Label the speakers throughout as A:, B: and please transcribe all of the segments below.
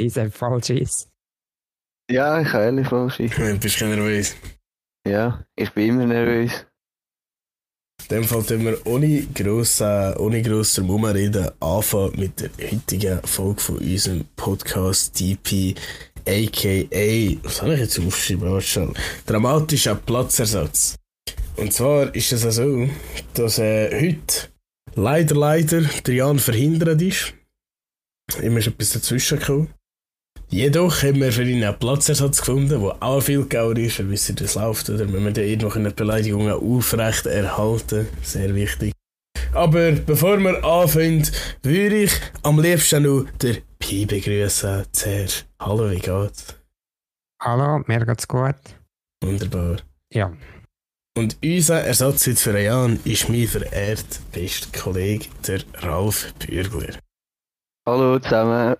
A: Die zijn Falsies.
B: Ja, ich habe ehrlich falsch.
C: Du bist du nervös.
B: Ja, ich bin immer nervös.
C: In dem Fall tun wir ohne grosser, ohne grosser Mummerreden anfangen mit der heutigen Folge von unserem Podcast DP, a.k.a. Was soll ich jetzt aufschreiben? Warte schon. Dramatischer Platzersatz. Und zwar ist es ja so, dass äh, heute leider, leider der Jan verhindert ist. Immer ist etwas dazwischen gekommen. Jedoch haben wir für ihn einen Platzersatz gefunden, der auch viel gauer ist, weil wisst ihr, das läuft, oder? Wir müssen ihn noch in der Beleidigung auch aufrecht erhalten. Sehr wichtig. Aber bevor wir anfangen, würde ich am liebsten noch den Pi begrüßen. Zuerst. Hallo, wie geht's?
A: Hallo, mir geht's gut.
C: Wunderbar.
A: Ja,
C: Und unser Ersatz heute für den Jan ist mein verehrt bester Kollege, der Ralf Bürgler.
B: Hallo zusammen.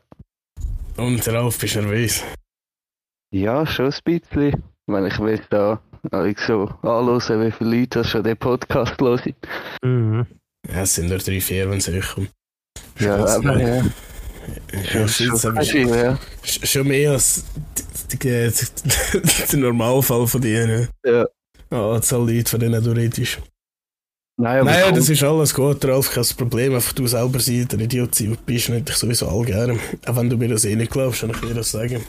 C: Und Ralf, bist du nervös?
B: Ja, schon ein bisschen. Wenn ich will da euch so anhören, wie viele Leute das schon den Podcast hören.
A: mhm.
C: Ja, es sind nur drei, vier, wenn es hochkommt.
B: Ja,
C: Scheiße.
B: aber ja.
C: Ja,
B: Schon,
C: Scheiße,
B: schon,
C: aber-
B: schon, ja.
C: Sch- Schon mehr als d- d- d- der Normalfall von denen.
B: Ja.
C: Ah, die Zahl Leute, von denen du redest.
B: Nein, aber
C: Nein,
B: komm,
C: das ist alles gut, Ralf, kein Problem. Einfach du selber sein, der Idiot sein, du bist nicht ich sowieso allgern. Auch wenn du mir das eh nicht glaubst, kann ich dir das sagen.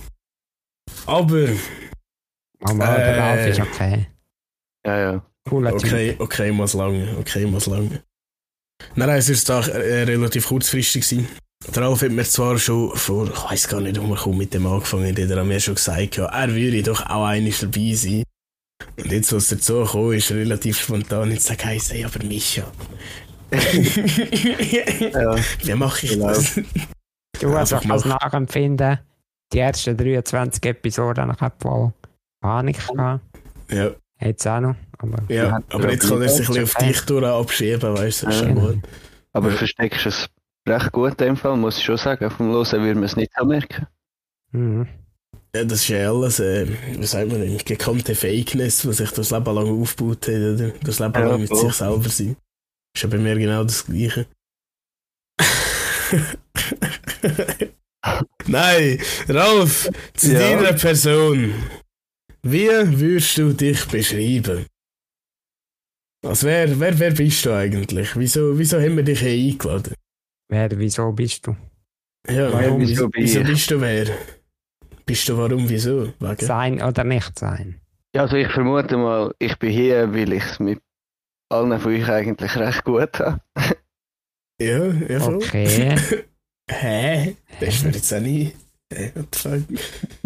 C: Aber,
A: Aber der
C: Äh.
A: Ralf ist okay.
B: ja, ja.
A: Cooler Typ.
C: okay, okay, muss lange, okay, muss lange. Nein, nein, es ist doch äh, relativ kurzfristig gewesen. Der Ralf hat mir zwar schon vor, ich weiß gar nicht, wo wir kommen, mit dem angefangen hat, hat er hat mir schon gesagt, ja, er würde doch auch einmal dabei sein. Und jetzt, was dazu gekommen ist, relativ spontan, jetzt sagt er, hey, aber Micha.
B: ja.
C: Wie mache ich
B: Genau.
C: das?
A: Du, also
C: Einfach
A: ich kann es
C: mach.
A: nachempfinden. Die ersten 23 Episoden, ich hab wohl Panik gehabt.
C: Ja,
A: Jetzt auch noch. Aber
C: ja. aber jetzt kann er sich ein bisschen auf dich durch abschieben, weißt du, das ist schon
A: Ja.
C: gut.
B: Aber
C: Ja.
B: versteckst es recht gut in dem Fall, muss ich schon sagen. Vom Hören würde man es nicht so merken.
A: mhm.
C: Ja, das ist ja alles, äh, wie sagt man denn, gekannte Fakeness, was sich das Leben lang aufgebaut hat, oder? Das Leben
B: Ja,
C: lang mit
B: voll.
C: sich selber sein. Ist ja bei mir genau das Gleiche. Nein, Ralf, zu
B: Ja.
C: deiner Person. Wie würdest du dich beschreiben? Also wer, wer, wer bist du eigentlich? Wieso, wieso haben wir dich hier eingeladen?
A: Wer, wieso bist du?
C: Ja,
B: Warum,
C: warum, wieso,
B: wieso bin
C: wieso
B: ich?
C: bist du wer? Bist du warum, wieso? Wegen?
A: Sein oder nicht sein?
B: Ja, also ich vermute mal, ich bin hier, weil ich es mit allen von euch eigentlich recht gut habe.
C: Ja, ja voll.
A: Okay.
C: Hä? Das ist mir jetzt auch nie. Hä, what the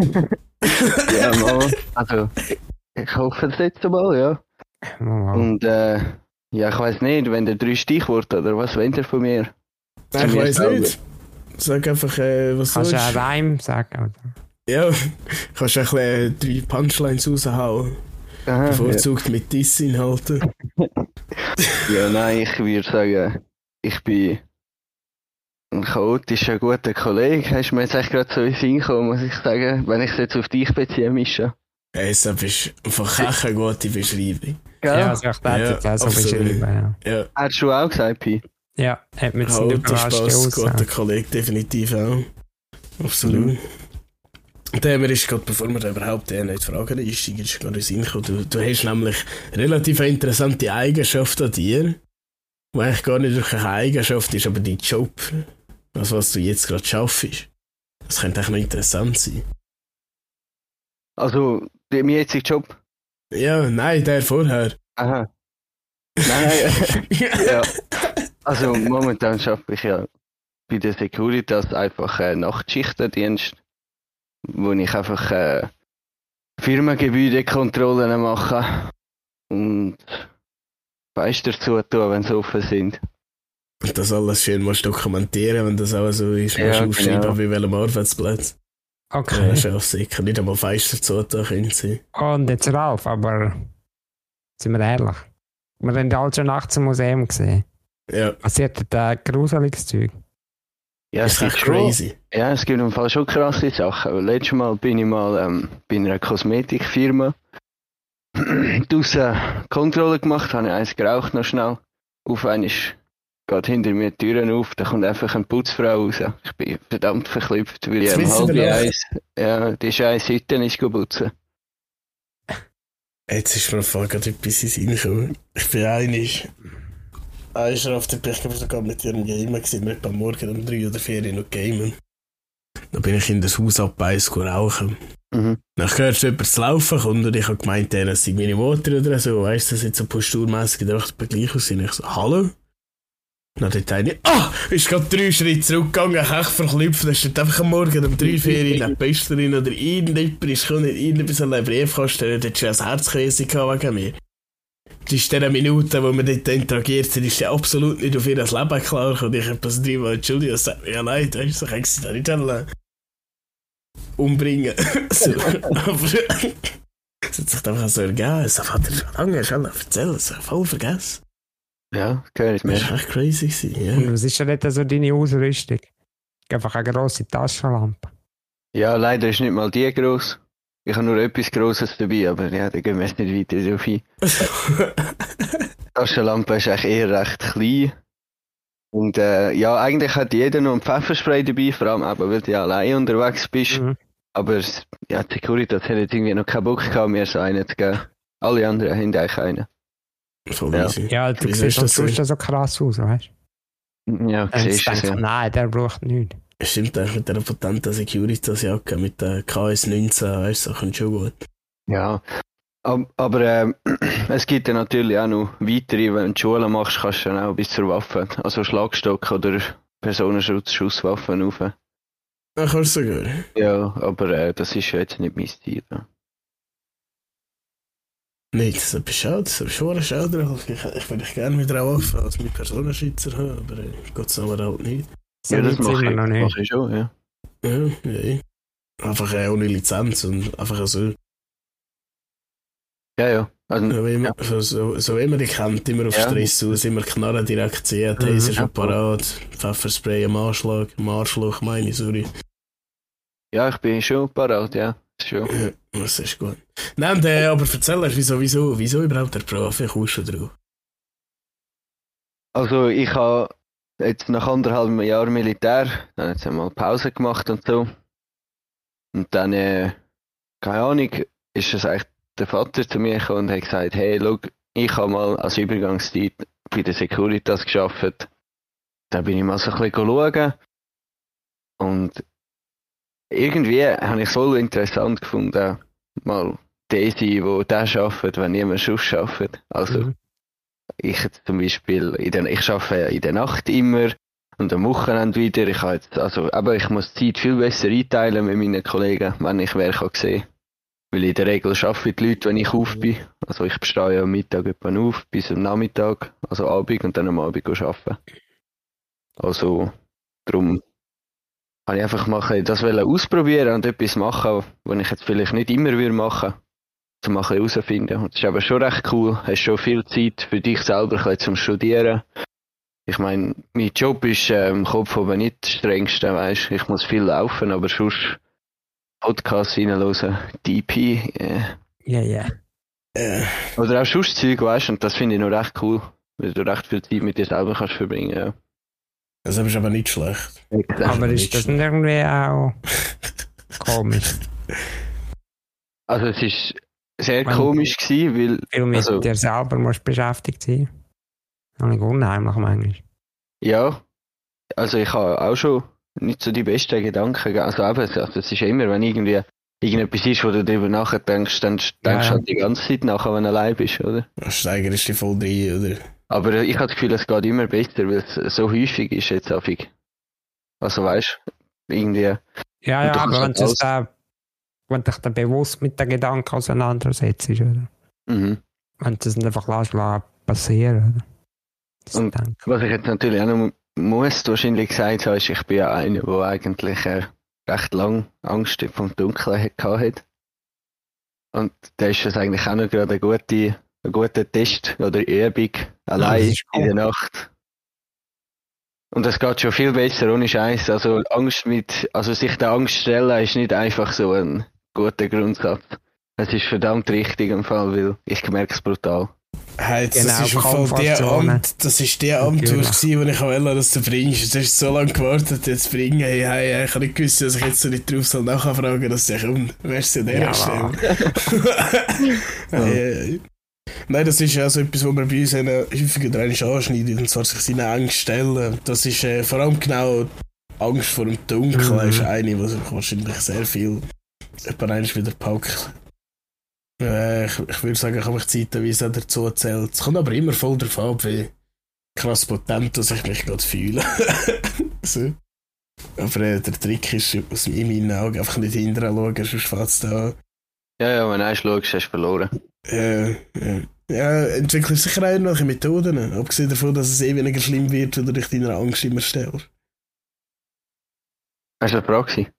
C: fuck?
B: Ja, mal. Also, ich hoffe es jetzt mal, ja.
C: Mhm.
A: Mal.
B: Und äh, ja, ich weiß nicht, wenn der drei Stichworte oder was wollt ihr von mir?
C: Nein, ich
B: mir
C: weiß
B: selber.
C: nicht. Sag einfach, äh, was
A: Kannst
C: sollst
A: du einen
C: du?
A: Reim sagen? Oder?
C: Ja, kannst du ein bisschen äh, drei Punchlines raushauen.
B: Aha, ja.
C: Bevorzugt mit Diss-Inhalten.
B: ja, nein, ich würde sagen, ich bin ein chaotischer, guter Kollege. Hast du mir jetzt echt gerade so in den Sinn gekommen, muss ich sagen, wenn ich es jetzt auf dich beziehe, Mischa.
C: Hey, das ist einfach echt eine gute Beschreibung.
B: Gell?
A: Ja, also ich dachte
C: Ja,
A: jetzt auch so
C: absolut.
A: beschrieben. Ja,
C: Ja,
B: Hättest du auch gesagt, Pi?
A: ja hat mir jetzt
C: halt
A: nicht überrascht. die
C: Spaß,
A: Aussage.
C: guter Kollege, definitiv auch. Absolut.
B: Mhm.
C: Und der mir ist gerade, bevor wir da überhaupt eh nicht fragen, ist, ist gerade in den Sinn gekommen. Du, du hast nämlich relativ eine interessante Eigenschaft an dir, die eigentlich gar nicht wirklich eine Eigenschaft ist, aber dein Job, das, was du jetzt gerade schaffst, das könnte eigentlich noch interessant sein.
B: Also, der- mein jetziger Job?
C: Ja, nein, der vorher.
B: Aha. Nein, ja. Also, momentan arbeite ich ja bei der Securitas einfach äh, Nachtschichtendienst, wo ich einfach äh, Firmengebäudekontrollen mache und Fenster zu tun, wenn sie offen sind.
C: Und das alles schön musst dokumentieren, wenn das auch so ist, musst
B: Ja,
C: du aufschreiben,
B: genau.
C: bei welchem Arbeitsplatz. Ja,
A: Okay.
C: das ist auch sicher. Nicht einmal Feister zutun können sie.
A: Und jetzt Ralf, aber sind wir ehrlich. Wir haben alle schon nachts im Museum gesehen.
C: Ja,
A: Passiert da gruseliges Zeug?
B: Ja,
C: das ist
B: gibt
C: echt
B: schon-
C: crazy.
B: Ja, es gibt im Fall schon krasse Sachen. Letztes Mal bin ich mal ähm, bei einer Kosmetikfirma draussen Kontrolle gemacht, habe ich eins geraucht noch schnell. Auf einmal geht hinter mir die Türen auf, da kommt einfach eine Putzfrau raus. Ich bin verdammt verklüpft, weil ich
C: Jetzt
B: am
C: wissen
B: halb
C: wir noch.
B: eins, ja, die scheiß Hütte ist putzen.
C: Jetzt ist mir voll gerade etwas ins Hinkommen. Ich bin einig. Ich war auf der ich glaube sogar mit ihrem Gamer gewesen. Wir waren am Morgen um 3 oder 4 noch gamen. Dann bin ich in das Haus abgebeißt und rauchen.
B: Mhm.
C: Dann hörst du jemand zu laufen kommt und ich habe gemeint, äh, das sei meine Mutter oder so. Weißt du, das sieht so posturmässig gedacht, aber gleich aus. Und ich so, hallo? Dann hat eine, ah, ist gerade drei Schritte zurückgegangen, echt verklüpft. Dann steht einfach am Morgen um drei, vier in der Pöstlerin oder irgendjemand ist gekommen, irgendetwas an den Briefkasten, der hat schon ein Herzkrise gehabt wegen mir. Das ist in dieser Minute, wo wir dort interagiert sind, ist ja absolut nicht auf ihr Leben klar. Und ich habe das dreimal entschuldigt und sagt mir, ja leid, weißt du, ich kann sie da nicht allein umbringen. so. Aber es hat sich einfach so ergeben. Es hat er schon lange schon erzählt, es hat voll vergessen.
B: Ja, gehört mir.
C: Das war echt crazy. Gewesen, ja.
A: Und was ist denn nicht so deine Ausrüstung? Einfach eine grosse Taschenlampe.
B: Ja, leider ist nicht mal die gross. Ich habe nur etwas Grosses dabei, aber ja, da gehen wir jetzt nicht weiter drauf ein. Die Taschenlampe ist eigentlich eher recht klein. Und äh, ja, eigentlich hat jeder noch ein Pfefferspray dabei, vor allem eben, weil du ja allein unterwegs bist.
A: Mhm.
B: Aber es- ja, die Securitas hat jetzt irgendwie noch keinen Bock gehabt, mir so einen zu geben. Alle anderen haben eigentlich einen.
C: voll
B: Ja.
C: easy.
A: Ja, du
C: Wieso
A: siehst
C: ist das
A: das
C: so?
A: so krass aus, weißt
B: Ja,
A: du? Und ich
B: siehst du es
A: denke,
B: ja.
A: nein, der braucht nichts.
C: Stimmt eigentlich mit dieser potenten Securitas-Jacke, mit der KS-19, weißt du, das kommt schon gut.
B: ja. Ab- Aber ähm, es gibt ja natürlich auch noch weitere, wenn du die Schule machst, kannst du dann auch bis zur Waffe, also Schlagstock oder Personenschutz, Schusswaffen rauf.
C: Dann kannst du sogar.
B: Ja, aber äh, das ist ja jetzt nicht mein Stil. Ja.
C: Nein, das ist schade, das ist schon schade. drauf. Ich, ich würde dich gerne mit einer Waffe als mit Personenschützer haben, aber äh, Gott sei Dank halt nicht.
A: So
B: ja, das
A: weit sind
B: mache
A: wir
B: ich,
A: noch
B: das
A: nicht.
B: mache ich schon, ja.
C: Ja, ja. Einfach äh, ohne Lizenz und einfach so.
B: Ja, ja. Also,
C: Ja, wie man, so, so, so wie man die kennt, immer auf
B: Ja.
C: Stress aus, immer Knarren direkt ziehen, Taser schon parat, Pfefferspray am Anschlag, am Arschloch meine ich, sorry.
B: ja, ich bin schon parat, ja. Schon.
C: Ja, das ist gut. Nein, äh, aber erzähl erst, wieso, wieso, wieso überhaupt der Profi? Ich kommst schon drauf.
B: Also ich habe jetzt nach anderthalb Jahren Militär, dann jetzt einmal Pause gemacht und so. Und dann, äh, keine Ahnung, ist es eigentlich der Vater zu mir gekommen und hat gesagt, hey, schau, ich habe mal als Übergangszeit bei der Securitas geschafft. Dann bin ich mal so ein bisschen schauen. Und irgendwie habe ich es wohl interessant gefunden, mal die sein, die das arbeitet, wenn niemand sonst arbeitet. Also
A: Mhm.
B: ich jetzt zum Beispiel, in der, ich arbeite in der Nacht immer und am Wochenende wieder. Ich habe jetzt, also, aber ich muss die Zeit viel besser einteilen mit meinen Kollegen, wenn ich wer kann sehen. Weil in der Regel arbeiten die Leute, wenn ich auf bin. Also ich stehe ja am Mittag etwa auf, bis am Nachmittag, also Abend und dann am Abend gehen arbeiten. Also darum habe ich einfach mal ein bisschen das wollen ausprobieren und etwas machen, was ich jetzt vielleicht nicht immer würde machen zum mal ein bisschen herausfinden. Und das ist aber schon recht cool. Hast schon viel Zeit für dich selber ein bisschen zum Studieren. Ich meine, mein Job ist äh, im Kopf oben nicht das strengste, weißt Ich muss viel laufen, aber sonst Podcasts reinhören, DP äh,
A: Ja, ja.
C: Äh,
B: oder auch sonst Zeug, weißt Und das finde ich noch recht cool, weil du recht viel Zeit mit dir selber kannst verbringen.
C: das ist aber nicht schlecht.
B: Ja.
A: Aber ist das nicht irgendwie auch komisch?
B: Also es ist sehr
A: Man-
B: komisch gewesen, weil
A: Weil mit
B: Also-
A: dir selber musst beschäftigt sein. Habe ich unheimlich manchmal.
B: Ja, also ich habe auch schon nicht so die besten Gedanken. ge- Also eben, es- also es ist ja immer, wenn irgendwie irgendetwas ist, wo du darüber nachdenkst, dann sch-
A: Ja,
B: denkst
A: ja.
B: du halt die ganze Zeit nach, wenn du allein bist, oder?
C: Steigerst du dich voll rein, oder?
B: Aber ich habe das Gefühl, es geht immer besser, weil es so häufig ist jetzt häufig. Also weißt du, irgendwie.
A: Ja,
B: Und
A: ja,
B: du kannst
A: aber wenn
B: halt
A: du es dann- wenn du dich dann bewusst mit den Gedanken auseinandersetzt, oder?
B: Mhm.
A: Wenn du es nicht einfach lässt, lässt passieren, oder? Das
B: Und-
A: Denken.
B: Was ich jetzt natürlich auch noch mu- muss wahrscheinlich gesagt haben, ist, ich bin ja einer, der eigentlich äh, recht lange Angst vom Dunkeln hat- gehabt hat. Und da ist das eigentlich auch noch gerade ein guter, ein guter Test oder Übung, allein
A: ist
B: in der Nacht. Und das geht schon viel besser, ohne Scheiß. Also Angst mit, also sich der Angst stellen ist nicht einfach so ein guter Grundsatz. Es ist verdammt richtig im Fall, weil ich merke es brutal.
C: Hey, Halt, das,
A: Genau,
C: ist im Fall der
A: Kampfaktionen.
C: Amt, das ist der Amt, wo
A: Natürlich.
C: ich wollte, dass du bringst. Du hast so lange gewartet, jetzt bringen. Hey, hey, hey, ich habe nicht gewusst, dass ich jetzt so nicht drauf soll nachfragen soll, dass ich um. Wärst du an der
A: Ja.
C: Stelle? hey, hey. Nein, das ist ja so etwas, was wir bei uns einen häufiger eigentlich anschneidet, und zwar sich seine Ängste stellen. Das ist äh, vor allem genau Angst vor dem Dunkeln,
A: Mhm.
C: ist eine, was sich wahrscheinlich sehr viel jemand eines wieder packt. Äh, ich, ich würde sagen, ich habe mich zeitweise auch dazu erzählt. Es kommt aber immer voll darauf ab, wie krass potent dass ich mich gerade fühle. so. Aber äh, der Trick ist, aus in meinen Augen einfach nicht hinterher schauen, sonst fällt es da an.
B: Ja, ja, wenn du eins schaust, hast du verloren.
C: Ja, ja. ja entwickelt sicher auch irgendwelche Methoden. Abgesehen davon, dass es eh weniger schlimm wird, wenn du dich deiner Angst immer stellst.
B: Hast du eine Frage? gewesen?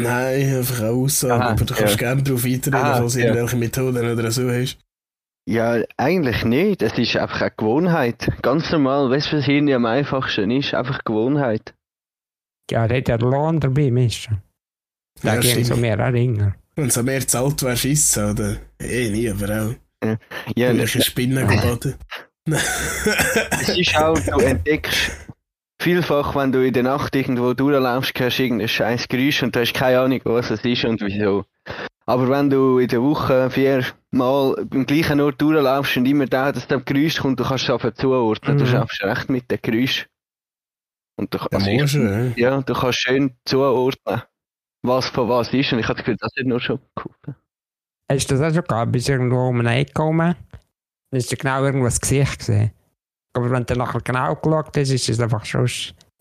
C: Nein, einfach eine Aussage,
B: Aha,
C: aber du kannst
B: ja.
C: gerne darauf weiterreden,
B: Aha,
C: falls du
B: ja.
C: irgendwelche Methoden oder so hast.
B: Ja, eigentlich nicht. Es ist einfach eine Gewohnheit. Ganz normal, weißt du, was Hirn am einfachsten ist? Einfach Gewohnheit.
A: Ja, der hat ja den Lohn dabei, Mist. Da
C: Ja,
A: gehen
C: stimmt.
A: so mehr Ringer.
C: Wenn es am März alt wäre, ist oder? Eh, nie, aber auch.
B: Ja, und
C: Irgendwelche Spinnen gebaden.
B: es ist auch, du entdeckst vielfach, wenn du in der Nacht irgendwo durchläufst, hörst du irgendein scheiß Geräusch und du hast keine Ahnung, was es ist und wieso. Aber wenn du in der Woche viermal im gleichen Ort durchläufst und immer da, dass das Geräusch kommt, du kannst es einfach zuordnen. Du
A: Mhm.
B: schaffst recht mit dem Geräusch. Und du,
C: Ja,
B: also ich-
C: muss schon, ja.
B: Ja, du kannst schön zuordnen, was von was ist. Und ich habe das Gefühl, das hat nur schon geholfen.
A: Hast du das auch schon gehabt? Bist du irgendwo um eine Ecke gekommen? Dann hast du genau irgendwas Gesicht gesehen. Aber wenn du nachher genau geschaut hast, ist es einfach schon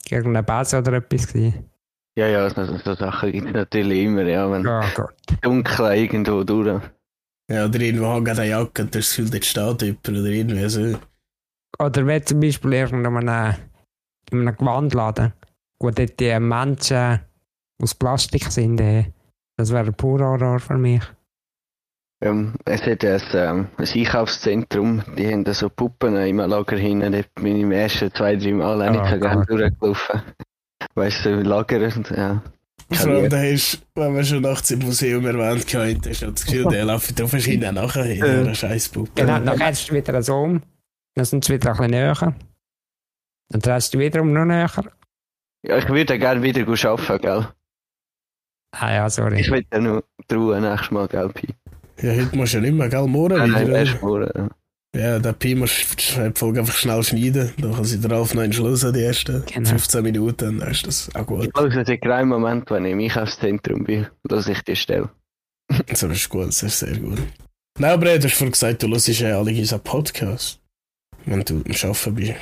A: irgendein Bass oder etwas gewesen.
B: Ja, ja, so, so Sachen gibt es natürlich immer, ja, wenn
A: Ja, Oh Gott.
B: dunkel irgendwo durch.
C: ja. Oder irgendwo hat gerade eine Jacke und du hast das Gefühl, dort steht jemand oder irgendwie so.
A: Oder wenn zum Beispiel irgendwo in einem, in einem Gewandladen, wo dort die Menschen aus Plastik sind, äh, das wäre pur Horror für mich.
B: Ähm, es hat ein, ähm, ein Einkaufszentrum, die haben da so Puppen im Lager hinten. Dort bin ich im ersten zwei, drei Mal auch nicht
A: Ah,
B: so gerne
A: Gott.
B: durchgelaufen. Weißt du, im Lager und ja.
C: Vor allem, da hast, wenn wir schon nachts im Museum erwähnt haben, hast du das Gefühl, der läuft auf verschiedenen nachher hin,
B: Ja.
C: einer scheiß Puppe.
A: Genau, dann rennst du wieder so um, dann sind sie wieder ein bisschen näher. Dann rennst du wiederum noch näher.
B: ja ich würde gerne wieder gut arbeiten, gell?
A: Ah ja, sorry.
B: Ich will ja nur die Ruhe nächstes Mal, gell, Pi?
C: Ja, heute musst du ja nicht mehr, gell? Morgen
B: Nein, nein,
C: wieder.
B: erst morgen. ja.
C: ja, der Pi musst du die Folge einfach schnell schneiden. Dann kann sie drauf noch einen Schluss an die ersten
A: Genau.
C: 15 Minuten. Dann ist das auch gut.
B: Ich höre den kleinen Moment, wenn ich im Einkaufszentrum bin, dass ich die stelle.
C: Das ist gut, das ist sehr gut. Nein, aber äh, du hast vorhin gesagt, du hörst ja alle unseren Podcast. Wenn du am Arbeiten bist.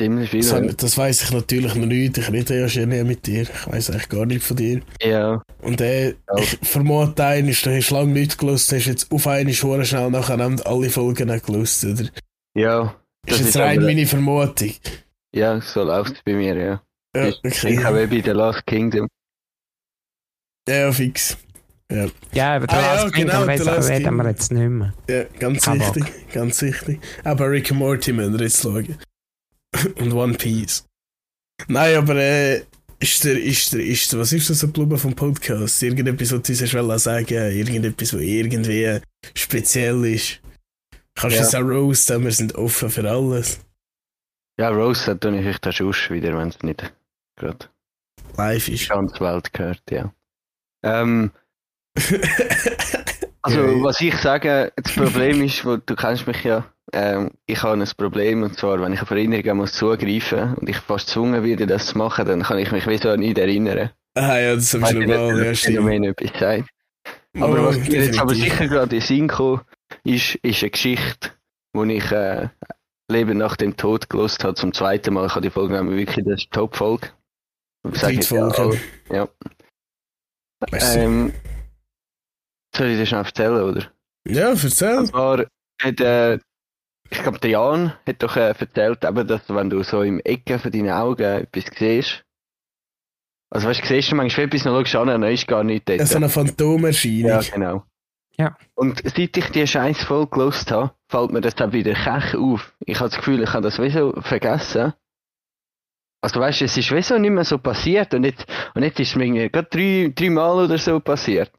B: Ziemlich viel.
C: Das, hab- das weiss ich natürlich noch nicht. Ich rede ja schon nie mit dir. Ich weiss eigentlich gar nicht von dir.
B: Ja,
C: Und äh, ich vermute einmal, du hast lange nicht gelöst, hast jetzt auf eine Schuhe schnell nacheinander alle Folgen gelöst, oder?
B: ja. Das
C: ist jetzt
B: ist
C: rein
B: aber-
C: meine Vermutung.
B: Ja, so läuft es bei mir, ja.
C: Ja,
B: Ich- Ich habe eh bei The Last Kingdom.
C: Ja, fix.
A: Ja, über den
C: Ah, ja,
A: Last King
C: genau,
A: am
C: der
A: besten
C: Last
A: reden
C: King.
A: wir jetzt nicht mehr.
C: Ja, ganz
A: Tabak.
C: wichtig. Ganz wichtig. Aber Rick and Morty müssen wir jetzt schauen. Und One Piece. Nein, aber äh, ist der, ist der, ist der, was ist das so Blubber vom Podcast? Irgendetwas, was du uns hast wollen sagen irgendetwas, was irgendwie speziell ist. Kannst du
B: Ja.
C: es auch roasten, wir sind offen für alles.
B: Ja, Rose, da tue ich euch den Schuss wieder, wenn es nicht gerade
C: Live
B: die
C: ist.
B: ganze Welt gehört, ja. Ähm, also,
C: Ja, ja.
B: was ich sage, das Problem ist, wo, du kennst mich ja, ähm, ich habe ein Problem, und zwar, wenn ich auf Erinnerungen muss zugreifen und ich fast gezwungen werde, das zu machen, dann kann ich mich wieso nicht erinnern.
C: Ah ja, das ist
B: Weil mir das
C: normal, ja stimmt.
B: Phänomen etwas sagt. Aber
C: Oh,
B: was mir jetzt aber
C: definitiv.
B: sicher gerade in den Sinn kam, ist, ist eine Geschichte, wo ich äh, Leben nach dem Tod gelost habe zum zweiten Mal. Ich habe die Folge nämlich wirklich das ist die Top-Folge. Ich sage jetzt ja
C: Drittfolge.
B: alle. ja.
C: Merci.
B: Ähm, soll ich das schnell erzählen, oder?
C: Ja, erzähl.
B: Und zwar hat, äh, ich glaube, der Jan hat doch äh, erzählt, eben, dass wenn du so im Ecken von deinen Augen etwas siehst, also weißt du, siehst du manchmal etwas, dann schaust du an, dann ist gar nichts dort.
C: So eine
B: Ja,
C: Phantomerscheinung.
B: genau.
A: Ja.
B: Und seit ich die scheiß Folge gelost habe, fällt mir das dann wieder kech auf. Ich habe das Gefühl, ich habe das wieso vergessen. Also weißt du, es ist wieso nicht mehr so passiert und jetzt, und jetzt ist es mir irgendwie gerade drei, drei Mal oder so passiert.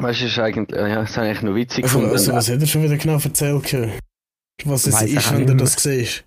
B: Weißt du, das ist eigentlich, ja, das habe ich noch witzig
C: Also,
B: gefunden.
C: also was hat er schon wieder genau erzählt? gehabt? Was es
A: Weiss ich
C: ist,
A: auch
C: wenn
A: nicht
C: du
A: mehr.
C: das siehst?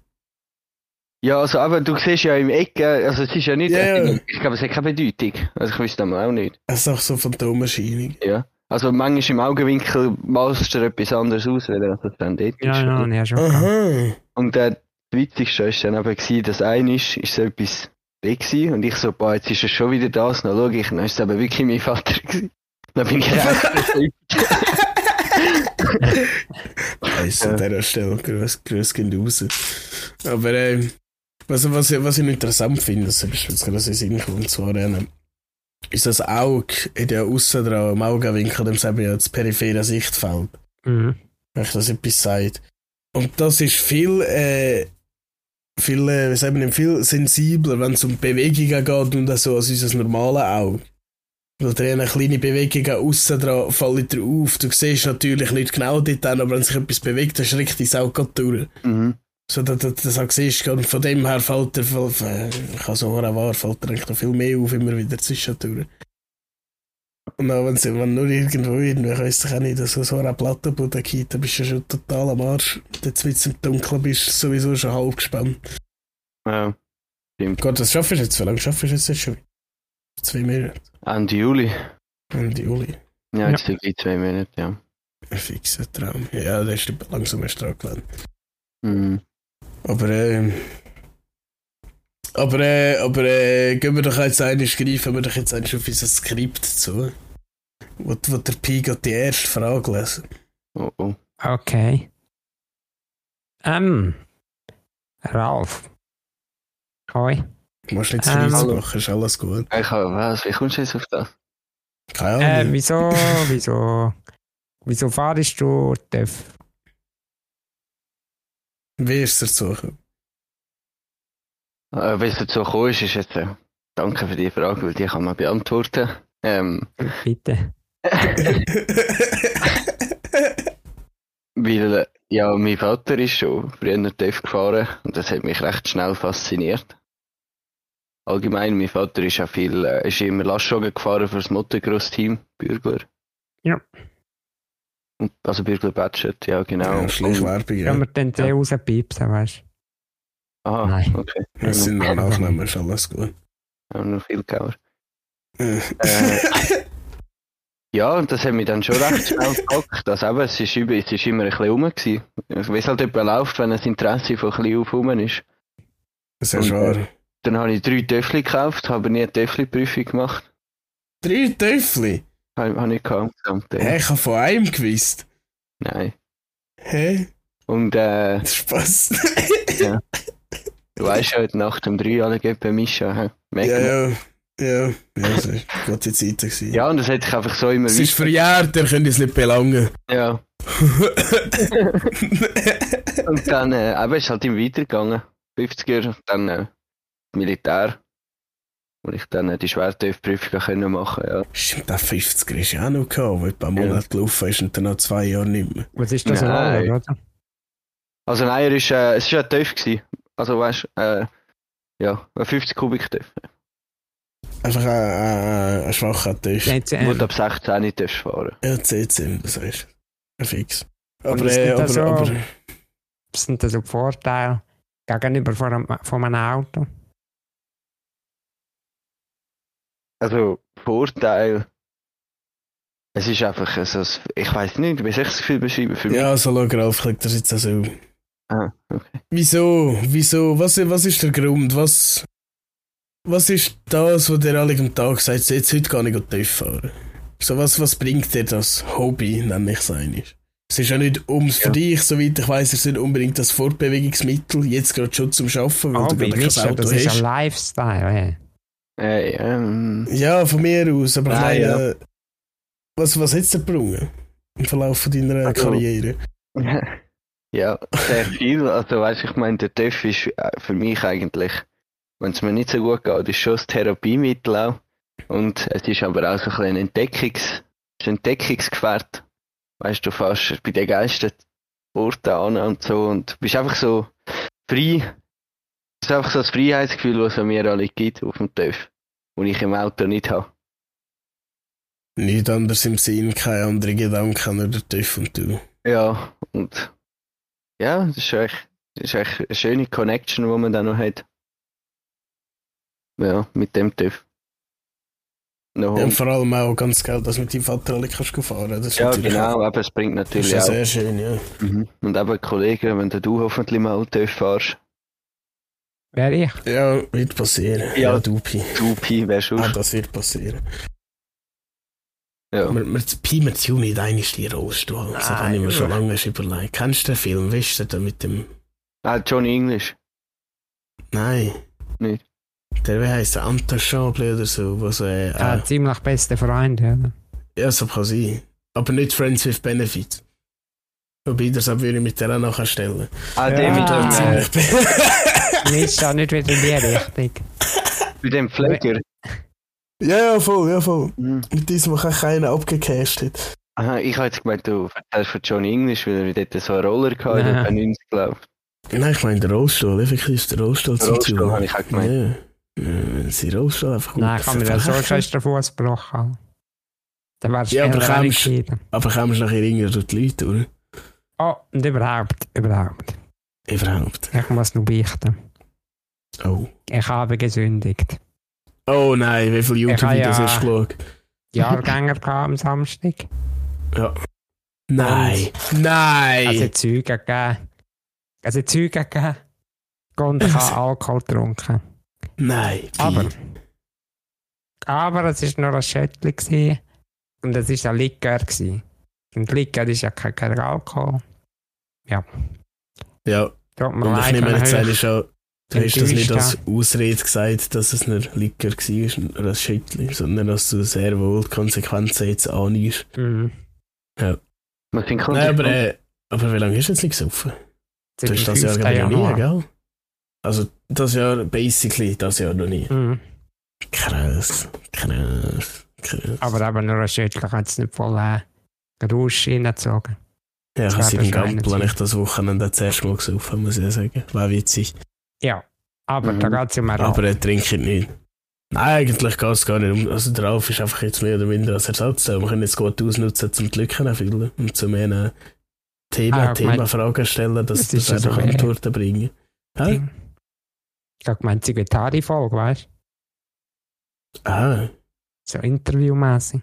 B: Ja, also aber du siehst ja im Ecken, also es ist ja nicht,
C: Ja, ja.
B: ich glaube es hat keine Bedeutung, also ich wüsste mal auch nicht,
C: Es ist auch so Phantomerscheinung.
B: ja. Also manchmal im Augenwinkel malst du dir etwas anderes aus, weil er das dann dort
A: Ja,
B: ist.
A: ja, ja, schon. gehabt.
C: Aha.
B: Und äh, das Witzigste ist dann eben gewesen, dass einer ist, ist so etwas weg gewesen und ich so, boah, jetzt ist es schon wieder das, dann schau ich, dann ist es aber wirklich mein Vater gewesen. Dann bin ich recht
C: Weiss, an
B: Ja.
C: dieser Stelle. Grüß, grüß gehen raus. Aber, ähm, was, was, was ich interessant finde, das ist jetzt gerade so in den Sinn gekommen, und zwar, ähm, ist das Auge, hat ja aussen dran, im Augenwinkel, dem sagen wir ja das periphere Sichtfeld.
A: Mhm.
C: wenn ich das etwas sagt. Und das ist viel, äh, viel, äh, wie sagt man, denn, viel sensibler, wenn es um Bewegungen geht und so als unser normales Auge. Da drehen eine kleine Bewegungen aussen dran, fallen dir auf. Du siehst natürlich nicht genau dort an, aber wenn sich etwas bewegt, dann schreckt dein Auge gerade durch.
B: mhm.
C: So, dass du das auch siehst, und von dem her fällt dir, voll- äh, ich habe so auch wahr, fällt dir eigentlich noch viel mehr auf, immer wieder zwischendurch. Und auch wenn sie, wenn nur irgendwo irgendwie, ich weiss doch auch nicht, dass du so eine Plattenbude gibt, dann bist du schon total am Arsch. Jetzt, wenn du im Dunkeln bist, du sowieso schon halb gespannt.
B: ja.
C: Gott, das schaffst du jetzt, wie lange schaffst du jetzt jetzt schon? wieder? Zwei Monate.
B: Ende Juli.
C: Ende Juli.
B: Ja,
A: Ja.
B: jetzt ja. gleich zwei Monate, ja.
C: Ein fixer Traum. Ja, der ist langsam erst dran gelandet.
B: Mhm.
C: Aber, ähm. Aber, äh, aber, äh, gehen wir doch jetzt einen greifen wir doch jetzt einen auf unser Skript zu. Wo, wo der Pi geht die erste Frage lesen.
B: Oh oh.
A: Okay. Ähm. Ralf. Hoi.
C: Du musst nicht zu
A: Ähm.
C: ähm, machen, ist alles gut.
B: Ich habe, was, wie kommst du jetzt auf das?
C: Keine
A: Äh,
C: Ahnung.
A: wieso, wieso, wieso fahrst du TÜV?
C: Wie ist es dazu?
B: Äh, Wenn es dazu gekommen ist, ist jetzt, äh, danke für die Frage, weil die kann man beantworten. Ähm,
A: Bitte.
B: weil, äh, ja, mein Vater ist schon früher TÜV gefahren und das hat mich recht schnell fasziniert. Allgemein, mein Vater ist auch viel, äh, ist immer Lastwagen gefahren für das Motocross-Team, Bürgler.
A: Ja.
B: Und, also Bürgler Batschert, ja genau.
C: ja, schlecht Werbung, ja.
A: Können wir den Tee rauspiepsen, weißt du?
B: Aha,
A: Nein.
B: okay.
C: Das sind nur Nachnamen, ist alles gut.
B: Haben noch viel Gauer.
C: Äh.
B: Äh, Ja, und das hat mich dann schon recht schnell gepackt. Also eben, es ist, über- es ist immer ein bisschen rum gewesen. Ich weiss halt, jemand läuft, wenn das Interesse von klein auf rum ist.
C: Das ist wahr.
B: Dann habe ich drei Töffel gekauft, habe aber nie eine Töffelprüfung gemacht.
C: Drei Töffli?
B: Habe habe ich gehabt, insgesamt,
C: Hä,
B: ja.
C: ich habe von einem gewusst.
B: Nein.
C: Hä?
B: Und äh,
C: Das passt.
B: du weißt ja, heute Nacht um drei alle gehen bei Mischa. hä? Mega.
C: ja, ja. Ja, ja, das war eine gute Zeit. gewesen.
B: ja, und das hätte ich einfach so immer
C: Es ist verjährt, ihr könnt es nicht belangen.
B: Ja. Und dann äh, eben ist halt im weitergegangen. 50er, dann äh, Militär. Und ich dann äh, die Schwertöffprüfung können machen, ja.
C: Stimmt, der 50er ist ja auch noch gehabt, weil ein paar Monate gelaufen ist und dann noch zwei Jahre nicht mehr.
A: Was ist das?
B: Nein.
A: Roller, oder?
B: Also nein, er ist, äh, es war ja tief. Gewesen. Also weißt du, äh, ja, ein 50 Kubik tief.
C: Einfach ein, ein, ein schwacher Tisch. Ja,
A: Jetzt,
B: Du
A: äh,
B: musst ab 16 nicht darfst fahren.
C: CCM, das heißt. Ein Fix.
A: Und
C: Aber,
A: es gibt
C: äh, aber,
A: auch so-
C: aber,
A: sind das so Vorteile gegenüber von einem, von einem Auto?
B: Also Vorteil. Es ist einfach, also, es- ich weiß nicht, wie soll ich das Gefühl beschreiben für mich?
C: ja, so schau Ralf, klickt das jetzt auch so.
B: Ah, okay.
C: Wieso? Wieso? Was, was ist der Grund? Was, was ist das, was dir alle am Tag sagt, so, jetzt heute kann ich TÜV fahren? So, was, was bringt dir das Hobby, nenne ich es eigentlich? Es ist ja nicht ums für
B: Ja.
C: dich, soweit ich weiß, es ist nicht unbedingt das Fortbewegungsmittel, jetzt gerade schon zum Schaffen,
B: Ah,
C: weil du
A: Albi,
C: gerade
A: wisst
C: kein
A: ihr,
C: Auto
A: Oh, das ist ein
C: hast.
A: Lifestyle. Ey.
B: Äh, ähm,
C: Ja, von mir aus, aber ich
B: Nein,
C: meine,
B: ja.
C: äh, was, was hat es dir gebrungen im Verlauf von deiner
B: Also,
C: Karriere?
B: ja, sehr viel. Also weißt ich meine, der TÜV ist äh, für mich eigentlich, wenn es mir nicht so gut geht, ist schon das Therapiemittel auch. Und es ist aber auch so ein bisschen ein Entdeckungs, ist ein Entdeckungsgefährt. Weißt du, fast bei den Geistern Orten an und so und bist einfach so frei. Es ist einfach so das Freiheitsgefühl, was es mir alle gibt auf dem TÜV, und ich im Auto nicht habe.
C: Nicht anders im Sinn, keine anderen Gedanken, nur der Tiff und du.
B: Ja, und ja, das ist echt, das ist echt eine schöne Connection, die man da noch hat. Ja, mit dem TÜV. No.
C: Ja, und vor allem auch ganz geil, dass du mit deinem Vater alle kannst fahren. Das ist
B: Oh. Ja,
C: natürlich auch-
B: genau, aber es bringt
C: Das ist
B: natürlich
C: ja
B: auch.
C: sehr schön, ja.
B: Mhm. Und eben Kollegen, wenn du hoffentlich mal TÜV fährst,
A: Wer ich?
C: Ja, wird passieren.
B: Ja.
C: Ja, du Pi.
B: du Pi wärst
C: Ah,
B: auch.
C: das wird passieren.
B: Ja.
C: Wir, wir, Pi, wir tun nicht einmal die Rollstuhl. Das habe also, ich mir
A: Nein,
C: schon lange überlegt. Kennst du den Film? Weißt du den mit dem...
B: Ah, Johnny English.
C: Nein.
B: Nicht.
C: Der, wie heisst der? Anton Schable oder so. Wo so äh,
A: Ah.
C: äh,
A: ziemlich beste Freund, ja.
C: ja, so kann sein. Aber nicht Friends with Benefits. Wobei, das würde ich mit der auch nachher stellen.
B: Ah,
A: Ja.
B: der mit
A: Ah.
B: dem,
C: Ziemlich
A: Ist da nicht wieder in die Richtung.
B: mit dem Pfleger.
C: Ja, ja, voll, ja, voll.
B: Mhm.
C: Mit diesem kann keiner abgecasht hat.
B: Aha, ich habe jetzt gemeint, du erzählst von Johnny English, weil er dort so einen Roller hatte,
A: Nein.
B: ja. bei 90, glaube
C: Nein, ich meine den Rollstuhl. Effektiv den Rollstuhl
B: ich.
C: zum
B: Rollstuhl
C: Tun.
B: habe ich auch
C: Ja. Eh,
B: gemeint.
C: ja. Wenn sie den Rollstuhl einfach
A: Nein,
C: gut
A: kann mir ja so
C: verpacken.
A: schon den Fuß gebrochen. Dann wärst du
C: Ja, aber
A: schneller
C: kommst-
A: reingefallen.
C: Aber kommst du nachher irgendwie durch die Leute, oder?
A: Oh, und überhaupt, überhaupt.
C: Überhaupt.
A: Ich muss noch beichten.
C: Oh.
A: Ich habe gesündigt.
C: Oh nein, wie viele YouTube-Videos
A: ja-
C: hast du geschaut?
A: Jahrgänger gehabt am Samstag.
C: Nein.
A: Es
C: Nein!
A: hat Zeugen Also gegeben. Es hat Zeugen gegeben. Und ich
C: Also-
A: habe Alkohol getrunken.
C: Nein.
A: Aber. Aber es war nur ein Schöttli. gewesen. Und es war ein Likör. gewesen. Und Likör ist ja kein, kein Alkohol.
C: Ja,
A: Tut mir
C: und ich
A: leid,
C: nehme jetzt
A: wenn
C: eigentlich
A: ich
C: schon. Du hast das
A: enttäuscht
C: nicht als
A: bin.
C: Ausrede gesagt, dass es ein Licker war oder ein Schüttli, sondern dass du sehr wohl die Konsequenzen jetzt annimmst.
A: Mhm.
B: Man sind
C: Nein, aber,
B: konsequent.
C: äh, aber wie lange hast du jetzt nicht gesoffen?
A: Seit
C: Du
A: dem
C: hast das Jahr
A: 5.
C: gerade noch nie,
A: Januar.
C: gell? Also, das Jahr, basically, das Jahr noch nie.
A: Mhm.
C: Krass, krass, krass.
A: Aber eben nur ein Schöttli kann es nicht voll äh, Rausch reingezogen.
C: Ja, ich habe seit
A: Das wäre
C: dem
A: bescheuert
C: Gampel habe ich
A: gewesen.
C: das Wochenende das erste Mal gesoffen, muss ich sagen. War witzig.
A: Ja. Aber
B: Mhm.
A: da geht es um Rausch.
C: Aber er trinkt nicht. Nein, eigentlich geht es gar nicht. um- Also der Alf ist einfach jetzt mehr oder minder als Ersatz. da. Wir können es gut ausnutzen, um die Lücken zu füllen und zu mehr äh, Thema,
A: Ah, ich meine,
C: Thema Fragen stellen, dass
A: das
C: das
A: ist ja
C: einfach
A: so weh.
C: Antworten bringen. Hä?
A: Ding. Ich habe gemeint, sie geht Folge, weißt du?
C: Ah,
A: So interviewmäßig.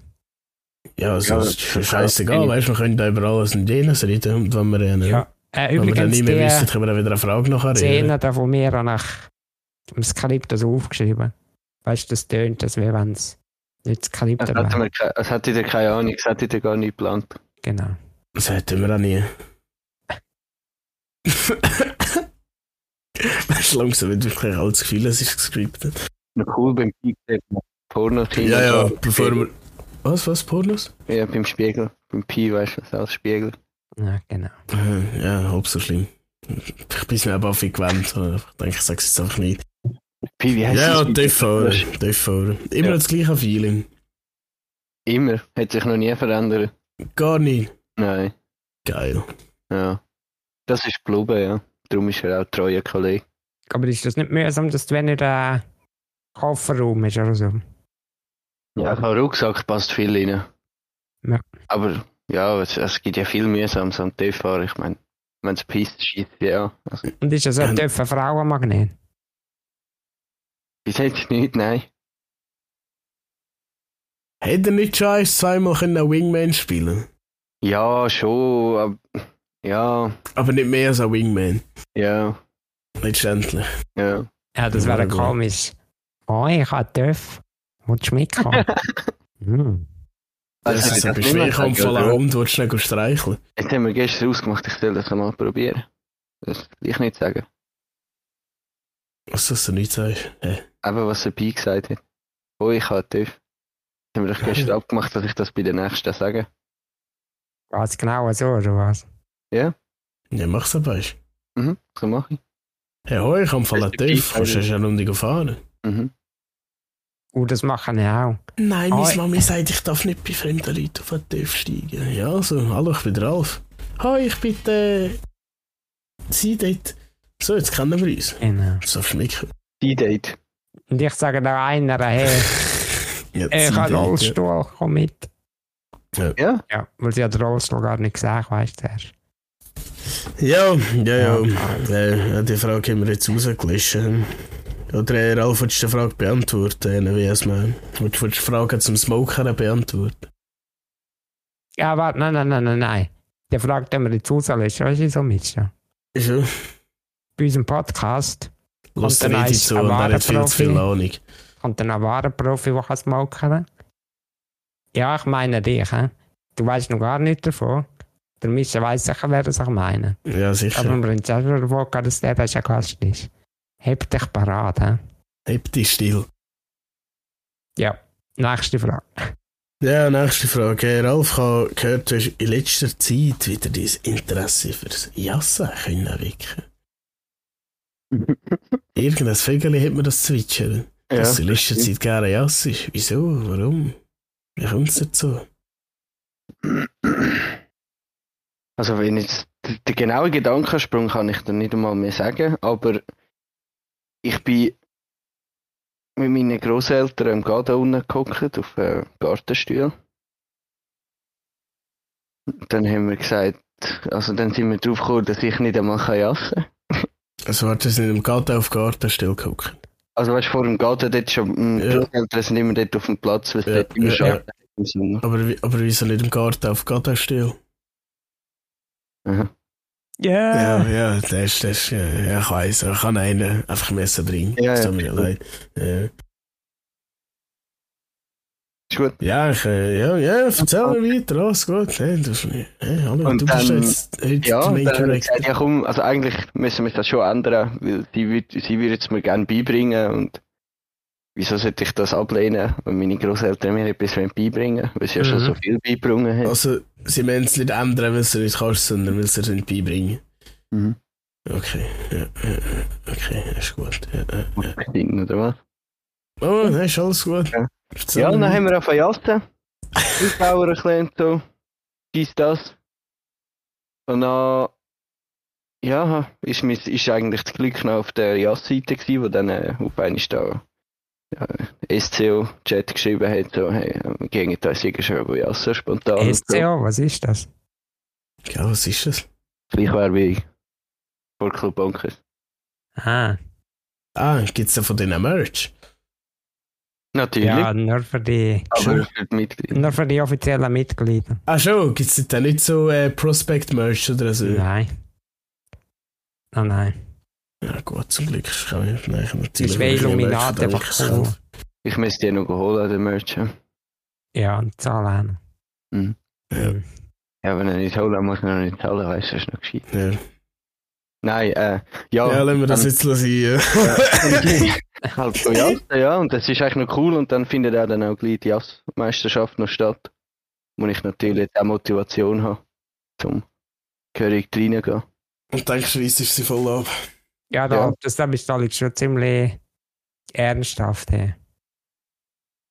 C: ja, also
B: Ja,
C: es ist schon scheißegal,
B: ja.
C: weißt du, wir können da über alles und jenes reden und wenn wir, äh,
A: Ja. Äh,
C: wenn wir dann
A: übrigens,
C: nicht
A: die
C: mehr wissen, können wir dann wieder eine Frage nachher reden.
A: Szene da von mir habe ich im Skript das aufgeschrieben. Weißt du, das tönt, das wäre, wenn es nicht das Skript
C: Genau.
B: Das hat,
A: wäre.
B: man, ke- das hätte ich dir keine Ahnung, das hätte ich dir gar nicht geplant.
A: Genau.
C: Das hätten wir auch nie. Weißt du, langsam wird wirklich alles Gefühl, es ist gescriptet.
B: Noch cool beim Pi Porno
C: Ja, ja, bevor wir. Was, was, Pornos?
B: Ja, beim Spiegel. Beim Pi, weißt du, das als Spiegel.
A: Ja, genau.
C: Äh, Ja, halb so schlimm. Ich bin mir aber auf ihn gewöhnt. aber Ich denke, ich sage es jetzt einfach nicht.
B: Pi, wie
C: Ja,
B: heißt
C: ja,
B: das?
C: Defaur. Defaur. Immer
B: Ja.
C: das gleiche Feeling.
B: Immer. Hat sich noch nie verändert.
C: Gar nicht.
B: Nein,
C: Geil.
B: ja. Das ist geblieben, ja. Darum ist er auch treuer Kollege.
A: Aber ist das nicht mühsam, dass du weniger der Kofferraum ist oder so?
B: Ja, auch Rucksack passt viel rein.
A: Ja.
B: Aber ja, es, es gibt ja viel Mühsames am TV. Ich meine, wenn es pisst, schießt ja. Also,
A: Und ist das so ein
C: Ähm.
A: tiefer Frauenmagnet?
B: bis jetzt nicht, nein.
C: Hätte er nicht schon eins, zweimal können einen Wingman spielen
B: Ja, schon, aber ja,
C: Aber nicht mehr als ein Wingman.
B: ja,
C: Letztendlich.
B: ja.
A: Ja, das wäre
C: Ja, gut.
A: komisch. Oh, ich habe tief. Willst du mitkommen? hm.
C: Das
B: Also,
C: ist
B: das
C: ein
B: nicht mehr sagen,
C: Beschwerkampfvoller
B: oder?
C: Hund, willst du nicht streicheln?
B: Jetzt haben wir gestern ausgemacht, ich soll das mal probieren. Das will ich nicht sagen.
C: Was, dass du nicht sagst? Hä?
B: Eben, was der Pi gesagt hat. Oh, ich habe TÜV. Jetzt haben wir doch gestern abgemacht, dass ich das bei der nächsten sage.
A: Was genau so, oder was?
C: Ja, mach's aber. erst.
B: Mhm, so mache ich.
C: Hey, hoi, ich habe einen
B: Das ist
C: Tief.
B: Äh, die
C: Kannst du eine Runde fahren?
B: Mhm.
A: Oh, das machen ich auch.
C: Nein,
A: Hoi.
C: meine Mami sagt, Ah, ich darf nicht bei fremden Leuten auf einen Tief steigen. Ja, also, hallo, ich bin der Ralf. Hoi, ich bin der... Sie dort. So, jetzt kennen wir uns.
A: Genau.
C: So schmecken.
B: Die Date.
A: Und ich sage da einer, hey,
C: Ja,
A: ich
C: Sie
A: habe
C: dort,
A: Rollstuhl, komm mit.
B: Ja,
A: Ja, weil sie hat Rolls noch gar nicht gesehen, weißt du. erst.
C: Ja, ja, ja. Äh, ja, die Frage haben wir jetzt rausgelöscht. Oder äh, Ralf, willst du die Frage beantworten, äh, wie es mal? Willst du die Frage zum Smoker beantworten?
A: Ja, warte, nein, nein, nein, nein, nein. Die Frage, die wir jetzt rauslöschen, weißt du, so mit.
C: Ist ja.
A: Bei unserem Podcast
C: Lass dir
A: dann
C: nicht
A: ist
C: zu,
A: ein
C: und er
A: wahrer
C: hat viel zu viel
A: Profi.
C: Ahnung.
A: kommt dann ein wahrer Profi, der kann smoken Ja, ich meine dich, hä? Du weißt noch gar nichts davon. Der Mischa weiss sicher, wer das ich meine.
C: Ja,
A: Aber
C: sicher.
A: wir haben selber davon gehabt, dass der das ja Gast ist. Heb dich parat, hä?
C: Heb dich still.
A: Nächste Frage.
C: Ja, nächste Frage. Äh, Ralf, ich habe gehört, du hast in letzter Zeit wieder dein Interesse fürs Jassen können wecken. Irgendein Vögel hat mir das zwitschern.
B: ja.
C: Dass du in letzter Zeit gerne Jass ist. Wieso? Warum? Wie kommt es dazu?
B: Also wenn ich den, den genauen Gedankensprung kann ich dir nicht einmal mehr sagen, aber ich bin mit meinen Großeltern im Garten unten gehockt, auf einem Gartenstuhl. Dann haben wir gesagt, also dann sind wir drauf gekommen, dass ich nicht einmal kann jassen kann.
C: Also warte, sind im Garten auf Garten still gucken.
B: Also weißt du, vor dem Garten dort schon, die
C: Ja.
B: Großeltern sind immer dort auf dem Platz, weil es
C: Ja,
B: dort immer
C: ja,
B: Schatten hat im Sommer.
C: Aber, wie- aber wieso nicht im Garten auf Garten still?
B: Aha.
A: Yeah.
C: Ja, ja, das ist, das ist, ja, ja, ich weiß, ich kann einen einfach Messer bringen.
B: Ja,
C: das
B: ja.
C: tut mir leid. Ja.
B: Ist gut.
C: Ja, ich, äh, ja, ja, erzähl mir weiter, alles gut. Hey, du, hey, hallo,
B: Und
C: du bist
B: dann-
C: jetzt heute
B: Ja,
C: der Main
B: dann haben wir
C: Character.
B: gesagt, ja komm, also eigentlich müssen wir das schon ändern, weil die würd, sie würden es mir gerne beibringen und wieso sollte ich das ablehnen, wenn meine Großeltern mir etwas wollen beibringen wollen, weil sie ja schon
A: Mhm.
B: so viel beigebracht haben.
C: Also, sie müssen es nicht ändern, weil sie nicht kannst, sondern weil sie es nicht beibringen.
B: Mhm.
C: Okay, ja, ja, ja, okay, ist gut. Ja, ja.
B: Macht Sinn, oder was?
C: Oh, nein, ist alles gut.
B: Ja.
C: Erzähl
B: Ja,
C: mir
B: dann
C: weiter.
B: haben wir auf Jassen, Ausbauer ein bisschen und so, dies, das. Und dann, ja, ist, mir, ist eigentlich das Glück noch auf der Jass-Seite gewesen, wo dann äh, auf einmal da ja, SCO-Chat geschrieben hat, so, hey, äh, im Gegenteil, sie schon bei Jassen spontan. und So.
A: SCO, was ist das?
C: Ja, was ist das?
B: Gleich wäre wie vor Club Bonkers.
A: Ah,
C: Ah, gibt's da von denen Merch?
B: Natürlich,
A: ja, nur für die,
B: aber für die Mitglieder.
A: nur für die offiziellen Mitglieder.
C: Ah schon, gibt's da nicht so äh, Prospect-Merch oder so?
A: Nein. Oh nein.
C: Ja gut, zum Glück kann ich nein, ich hab natürlich...
A: Ist wie
C: wirklich Merch,
A: Illuminati
C: da hab ich
A: einfach
C: keinen
A: cool.
C: Kauf.
B: Ich müsste die noch holen, den Merch. Ja,
A: Ja, und Zahlen.
B: Mhm.
C: Ja.
A: Mhm.
B: Ja, wenn er nicht holen, muss er noch nicht zahlen, weißt du, das ist noch gescheit.
C: Ja.
B: Nein, äh, ja.
C: ja, lassen wir das
B: dann-
C: jetzt sein. Ja.
B: halt so Jassen, ja, und das ist eigentlich noch cool und dann findet auch dann auch gleich die Jassmeisterschaft noch statt. Muss ich natürlich jetzt auch Motivation haben, zum gehörig reingehen.
C: Und dann schreist du sie voll ab.
A: Ja, da,
B: Ja.
A: das da bist du alles schon ziemlich ernsthaft. Hey.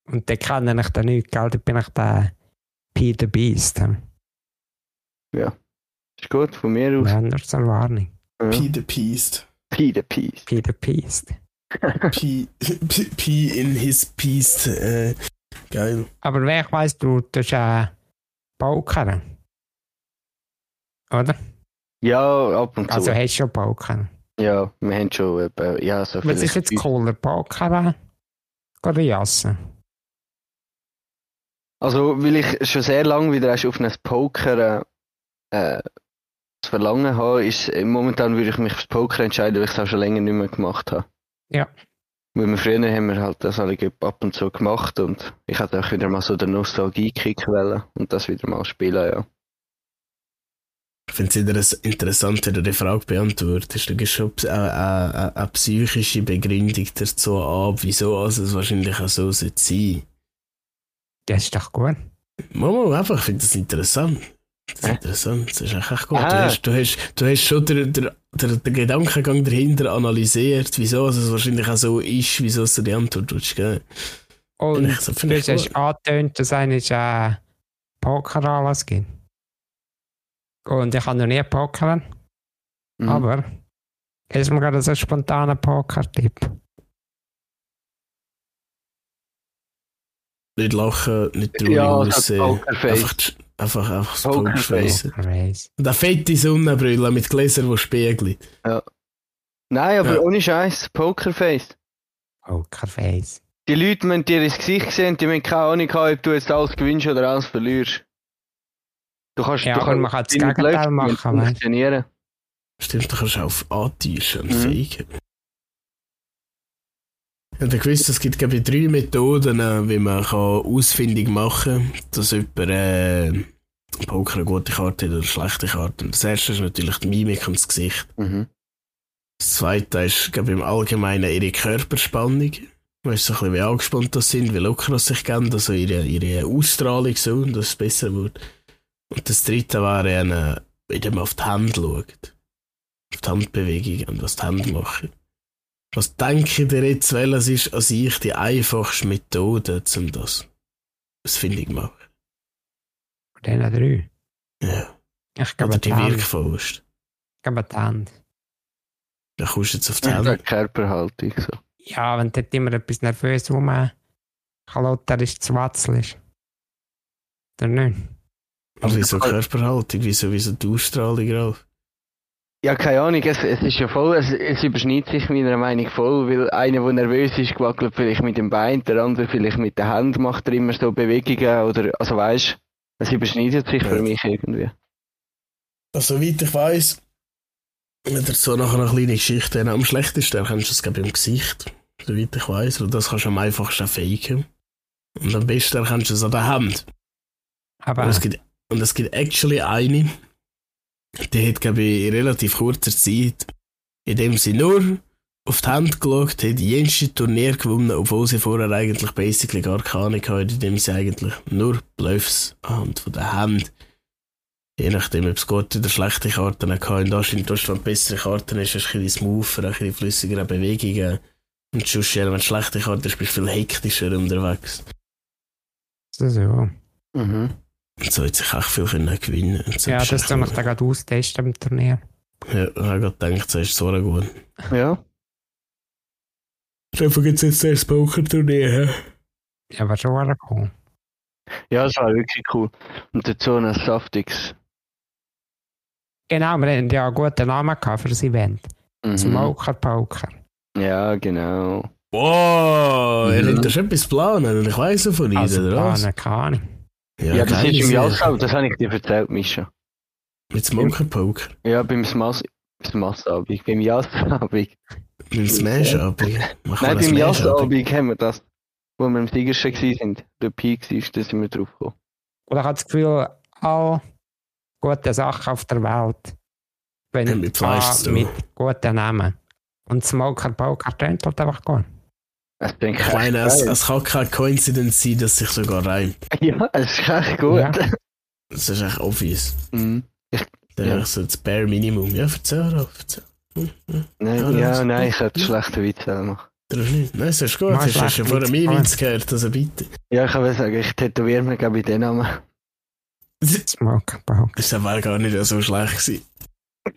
A: Und den kenne ich dann nicht, gell? Da bin ich der Peter Beast. hä?
B: Ist gut, von mir aus.
A: Ja, nur zur Warnung.
B: Ja.
C: P the Peast.
B: Pi der Peace.
A: Peter Beast.
C: P, P, P in his Peast. Äh, geil.
A: Aber wer ich weiss, du tust äh, Poker. Oder?
B: Ja, ab und zu.
A: Also hast du schon Poker.
B: ja, wir haben schon, eben, ja, so
A: Was ist jetzt
B: fünf-
A: cooler, Poker oder Jassen?
B: Also, weil ich schon sehr lange wieder erst auf ein Poker äh, das Verlangen habe, ist, äh, momentan würde ich mich fürs Poker entscheiden, weil ich es auch schon länger nicht mehr gemacht habe.
A: Ja.
B: Weil wir früher haben wir halt das alle ab und zu gemacht und ich hatte auch wieder mal so den Nostalgie-Kick wollen und das wieder mal spielen, ja.
C: Ich finde es interessant, wie du die Frage beantwortest. Du gibst schon ps- äh, äh, äh, eine psychische Begründung dazu ab, wieso also es wahrscheinlich auch so sein sollte.
A: Das ist doch gut.
C: Mama, einfach, ich finde das interessant. Das ist
B: Hä?
C: interessant, das ist echt echt gut. Du
B: Ah.
C: hast, du, hast, du hast schon den, den, den, den Gedankengang dahinter analysiert, wieso es wahrscheinlich auch so ist, wieso es dir die Antwort würdest geben.
A: Und
C: ich, das
A: du
C: finde ich
A: hast
C: gut.
A: angetönt, dass es äh, Poker alles gibt. Und ich habe noch nie Poker,
B: Mhm.
A: aber jetzt mal gerade so einen spontanen Poker-Tipp.
C: Nicht lachen, nicht traurig
B: Ja, es hat
C: aussehen.
B: Pokerface.
C: äh, Einfach, einfach, einfach das
B: Pokerface.
C: Pokerface.
A: Crazy.
C: Und eine fette Sonnenbrille mit Gläsern, die spiegeln.
B: Nein, aber
C: Ja.
B: ohne Scheiß, Pokerface.
A: Pokerface.
B: Die Leute müssen dir ins Gesicht sehen, die müssen keine Ahnung haben, ob du jetzt alles gewinnst oder alles verlierst. Du kannst,
A: Ja,
B: du
A: aber man kann das Gegenteil
B: Leute
A: machen,
B: müssen
A: weißt du?
B: funktionieren.
C: Stimmt, du kannst auf antäuschen und
B: Mhm.
C: feigen. Ich habe gewusst, es gibt glaube ich drei Methoden, äh, wie man kann ausfindig machen kann, dass jemand äh, Poker eine gute Karte hat oder eine schlechte Karte. Und das erste ist natürlich die Mimik und das Gesicht.
B: Mhm.
C: Das zweite ist, glaube ich, im Allgemeinen ihre Körperspannung. Weißt du, so ein bisschen wie angespannt das sind, wie locker das sich geben, also ihre, ihre Ausstrahlung so, dass es besser wird. Und das dritte wäre, eine, indem man auf die Hände schaut. Auf die Handbewegung und was die Hände machen. Was denke ich dir jetzt, welches ist an sich die einfachste Methode, um das ausfindig zu machen?
A: Von denen drei.
C: Ja.
A: Ich
C: Oder
A: gebe die
C: die
A: Hand.
C: wirkvollste.
A: Ich gebe die Hand.
C: Da kommst du jetzt auf die
B: Ja.
C: Hände.
B: Körperhaltung. So.
A: Ja, wenn dort immer etwas nervös rumkalotter ist, zwatzelst. Oder nicht?
C: Aber wieso
B: Aber-
C: Körperhaltung? Wieso, wieso die Ausstrahlung drauf?
B: Ja, keine Ahnung, es, es ist ja voll, es, es überschneidet sich meiner Meinung voll, weil einer, der nervös ist, gewackelt vielleicht mit dem Bein, der andere vielleicht mit der Hand macht er immer so Bewegungen oder, also weißt es überschneidet sich für
C: Ja.
B: mich irgendwie.
C: Also, soweit ich weiß, wenn ihr so nachher eine kleine Geschichte habt, am schlechtesten erkennst du es glaube ich, im Gesicht. Soweit ich weiß, und das kannst du am einfachsten faken. Und am besten erkennst du es an der Hand. Und
A: Aber
C: es gibt, und es gibt actually eine, die hat, glaube ich, in relativ kurzer Zeit, indem sie nur auf die Hand geschaut hat, jenste Turnier gewonnen, obwohl sie vorher eigentlich basically gar keine Ahnung hatte, indem sie eigentlich nur Bluffs anhand von der Hand, je nachdem, ob es gute oder schlechte Karten hatte, und anscheinend, dort, wenn es bessere Karten ist, hast du ein bisschen smoother, ein bisschen flüssigere Bewegungen. Und sonst, wenn es schlechte Karten ist, bist du viel hektischer unterwegs.
A: so, so.
B: Mhm.
C: Und so hat sich echt viel können gewinnen können.
A: Ja, das tue ich da gerade austesten im Turnier.
C: Ja, ich habe gerade gedacht, das ist so gut.
B: Ja.
C: Dafür gibt es jetzt das Pokerturnier.
A: Ja, aber schon war cool.
B: Ja, das war wirklich cool. Und dazu ein saftiges.
A: Genau, wir hatten ja einen guten Namen gehabt für das Event.
B: Mhm.
A: Smoker Poker.
B: Ja, genau.
C: Wow, er
B: Mhm.
C: hat da schon etwas geplant, ich weiss ja von Ihnen,
A: Also,
C: oder was?
A: keine Ahnung.
B: Ja, das
C: geil,
B: ist im
C: sicher.
B: Jassau, das habe ich dir erzählt, Mischa.
C: Mit Smoker-Poker,
B: Ja, beim Smass... Smassabig, beim Jassabig.
C: mit dem Smash-Abend.
B: Nein, beim Jassabig haben wir das. Wo wir im Siegerschen waren, der Peak war, da sind wir drauf gekommen.
A: Und ich habe das Gefühl, all gute Sachen auf der Welt
C: Haben
A: wenn
C: mit Fleisch zu tun.
A: mit guten Namen. Und Smoker Poker tönt halt einfach gut.
B: Es denke
C: Ich meine, es, es kann keine Coincidence sein, dass sich sogar reimt.
B: Ja, es ist echt gut.
A: Ja.
C: Das ist echt obvious.
B: Mhm.
C: Das ist
B: Ja.
C: echt so das Bare Minimum. Ja, erzähl doch, erzähl. Hm, hm. Ja,
B: Nein,
C: das
B: ja,
C: ist
B: nein,
C: gut.
B: ich hätte schlechte Witze machen.
C: Oder nicht? Nein, es ist gut,
A: Mach
C: hast du hast
A: schlecht,
C: schon vorher
A: Witz,
C: mehr
A: Mann.
C: Witz gehört, also bitte.
B: Ja, ich würde sagen, ich tätowiere mir glaube ich den Namen.
A: Smoker Poker.
C: Das war gar nicht so schlecht gewesen.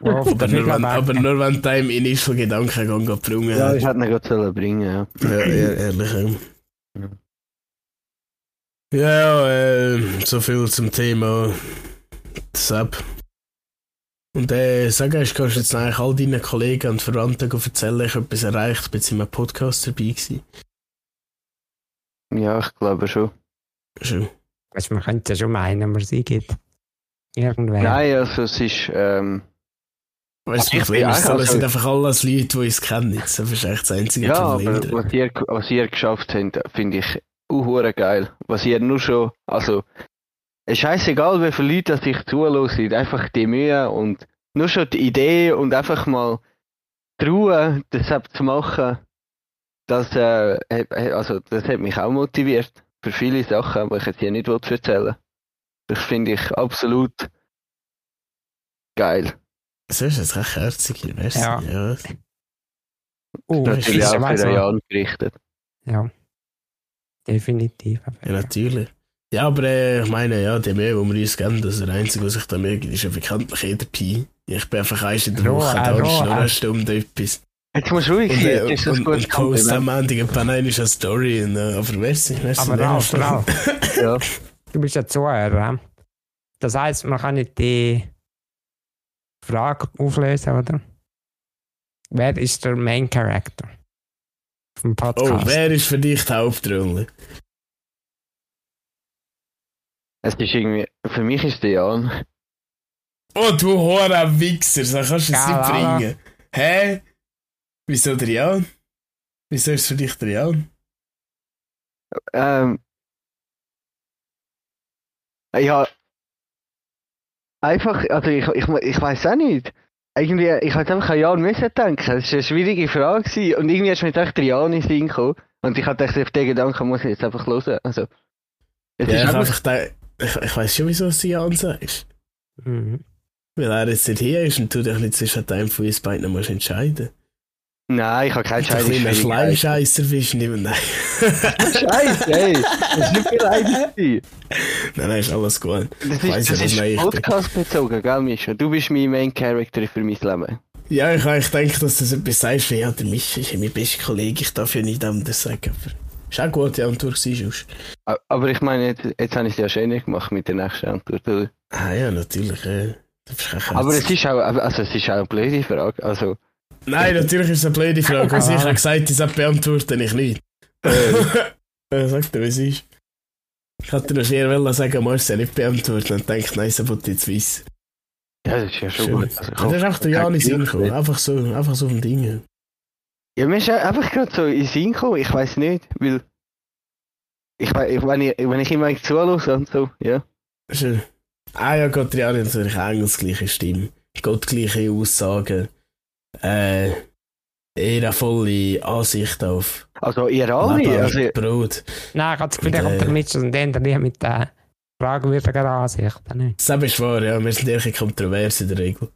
A: Wow,
C: Aber nur, wenn, aber
A: aber
C: nur wenn du im Initial Gedankengang gebrungen
B: Ja,
C: hast.
B: ich hätte ihn gerade sollen bringen, ja.
C: Ja, ehr- ehrlich. ähm.
B: Ja.
C: Ja, äh, so viel zum Thema Sub. Und äh, sag erst, kannst du jetzt eigentlich all deinen Kollegen und Verwandten erzählen, ich habe etwas erreicht, ich bin jetzt in einem Podcast dabei gewesen.
B: Ja, ich glaube schon.
C: Schön.
A: Weißt, Also man könnte ja schon meinen, man sie gibt. Irgendwer.
B: Nein, also es ist, ähm,
C: Weißt du,
B: Ich
C: das
B: bin
C: Problem ist,
B: auch-
C: das sind einfach alles Leute, die uns kennen. jetzt. Das ist echt das einzige
B: ja,
C: Problem.
B: aber
C: drin.
B: was ihr, was ihr geschafft habt, finde ich uhure geil. Was ihr nur schon, also, es ist scheißegal, wie viele Leute das ich zulasse, einfach die Mühe und nur schon die Idee und einfach mal die Ruhe, das eben zu machen, das, äh, hat- hat- also, das hat mich auch motiviert. Für viele Sachen, die ich jetzt hier nicht erzählen will. Das finde ich absolut geil.
C: Das ist jetzt recht herzig, ich weiß
A: Ja.
C: ja.
A: oh, das
B: Natürlich
A: ist
B: auch für
A: weiss
B: einen
A: man.
B: Jan gerichtet.
A: Ja. Definitiv.
C: Ja, natürlich. Ja, aber äh, ich meine, ja, die Mühe, die wir uns geben, das ist der Einzige, was sich da mögt, ist ja bekanntlich jeder Pi. Ich bin einfach eins in der
A: Roh,
C: Woche
A: äh,
C: da,
A: roh,
C: ist nur
A: äh.
C: eine Stunde etwas.
B: Jetzt musst du ruhig
C: Und,
B: sein,
C: äh,
B: jetzt ist
C: und,
B: das ein gutes
C: und post am
B: Kompliment.
C: Ende ein paar Nein ist eine Story. Und, äh, aber wer ist nicht? Wer ist
A: Aber Ralf, Ralf,
B: Ja.
A: du bist ja Zuhörer. hä? Das heisst, man kann nicht die Frage auflösen, oder? Wer ist der Main Character vom
C: Oh,
A: Podcast?
C: wer ist für dich die Hauptrolle?
B: Es ist irgendwie, für mich ist der Jan.
C: Oh, du hoher Wichser, so kannst du es
A: Ja,
C: nicht
A: Lala.
C: bringen. Hä? Wieso der Jan? Wieso ist es für dich der Jan?
B: Ähm, ja, einfach, also ich, ich, ich weiß auch nicht. Irgendwie, ich hätte einfach an Jan müssen denken. Es war eine schwierige Frage gewesen. und irgendwie ist mir echt der Jan in den Sinn gekommen. Und ich hatte gedacht, auf den Gedanken muss ich jetzt einfach hören. Also,
C: Ja,
B: es ist
C: ich
B: einfach,
C: einfach de- ich, ich weiß schon, wieso du Jan sagst.
A: Mhm.
C: Weil er jetzt nicht hier ist und du dich nicht zwischen dem von uns beiden musst entscheiden.
B: nein, ich habe keine
C: Ein kleiner
B: Scheiße.
C: Schleimscheißer bist du nicht mehr. Nein.
B: Scheiße, ey! Das ist nicht beleidigt. sein.
C: nein, nein, ist alles gut.
B: Das
C: weiss
B: ist,
C: ja,
B: das
C: was nein ich
B: ist
C: bin.
B: Podcast bezogen, gell, Mischa? Du bist mein Main Character für mein Leben.
C: Ja, ich, ich denke, dass du so etwas sagst, wie ja, der Misch ist ja mein bester Kollege, ich darf ja nicht anders sagen. Aber ist auch gut, die Antwort war aus.
B: A- Aber ich meine, jetzt, jetzt habe ich es ja schöner gemacht mit der nächsten Antwort. Oder?
C: Ah ja, natürlich. Ja. Du bist kein Käse.
B: Aber es ist auch, also es ist auch eine blöde Frage. Also,
C: Nein, natürlich ist es eine blöde Frage. Was ich habe gesagt, das beantworte ich nicht. Äh, Sag dir, was ist. Ich hätte noch eher wollen sagen, Marcel nicht beantworten und denkt, nein, so wird jetzt weiss.
B: ja, das ist ja schon
C: Schön.
B: gut.
C: Das
B: Also, ich
C: ist
B: hoffe,
C: einfach der Janis
B: ich-
C: hingekommen. Einfach so, einfach so vom Ding.
B: Ja, mir ist auch einfach gerade so in den Sinn gekommen. Ich weiß nicht, weil. Ich, wei- ich, wenn, ich, wenn ich immer zuhöre und so, ja.
C: Schön. Ah ja, Gott, ja, natürlich engelsgleiche Stimme. Gottgleiche Aussagen. Äh, ehrenvolle Ansicht auf
B: Also, ihr alle,
C: Leber,
B: also,
C: Brot.
A: Nein, ich habe das Gefühl,
C: Und,
A: da kommt der
C: äh,
A: Mitchell und der nie mit der fragwürdigen Ansicht. oder nicht?
C: Das ist wahr, ja. Wir sind eher ein bisschen kontrovers in der Regel.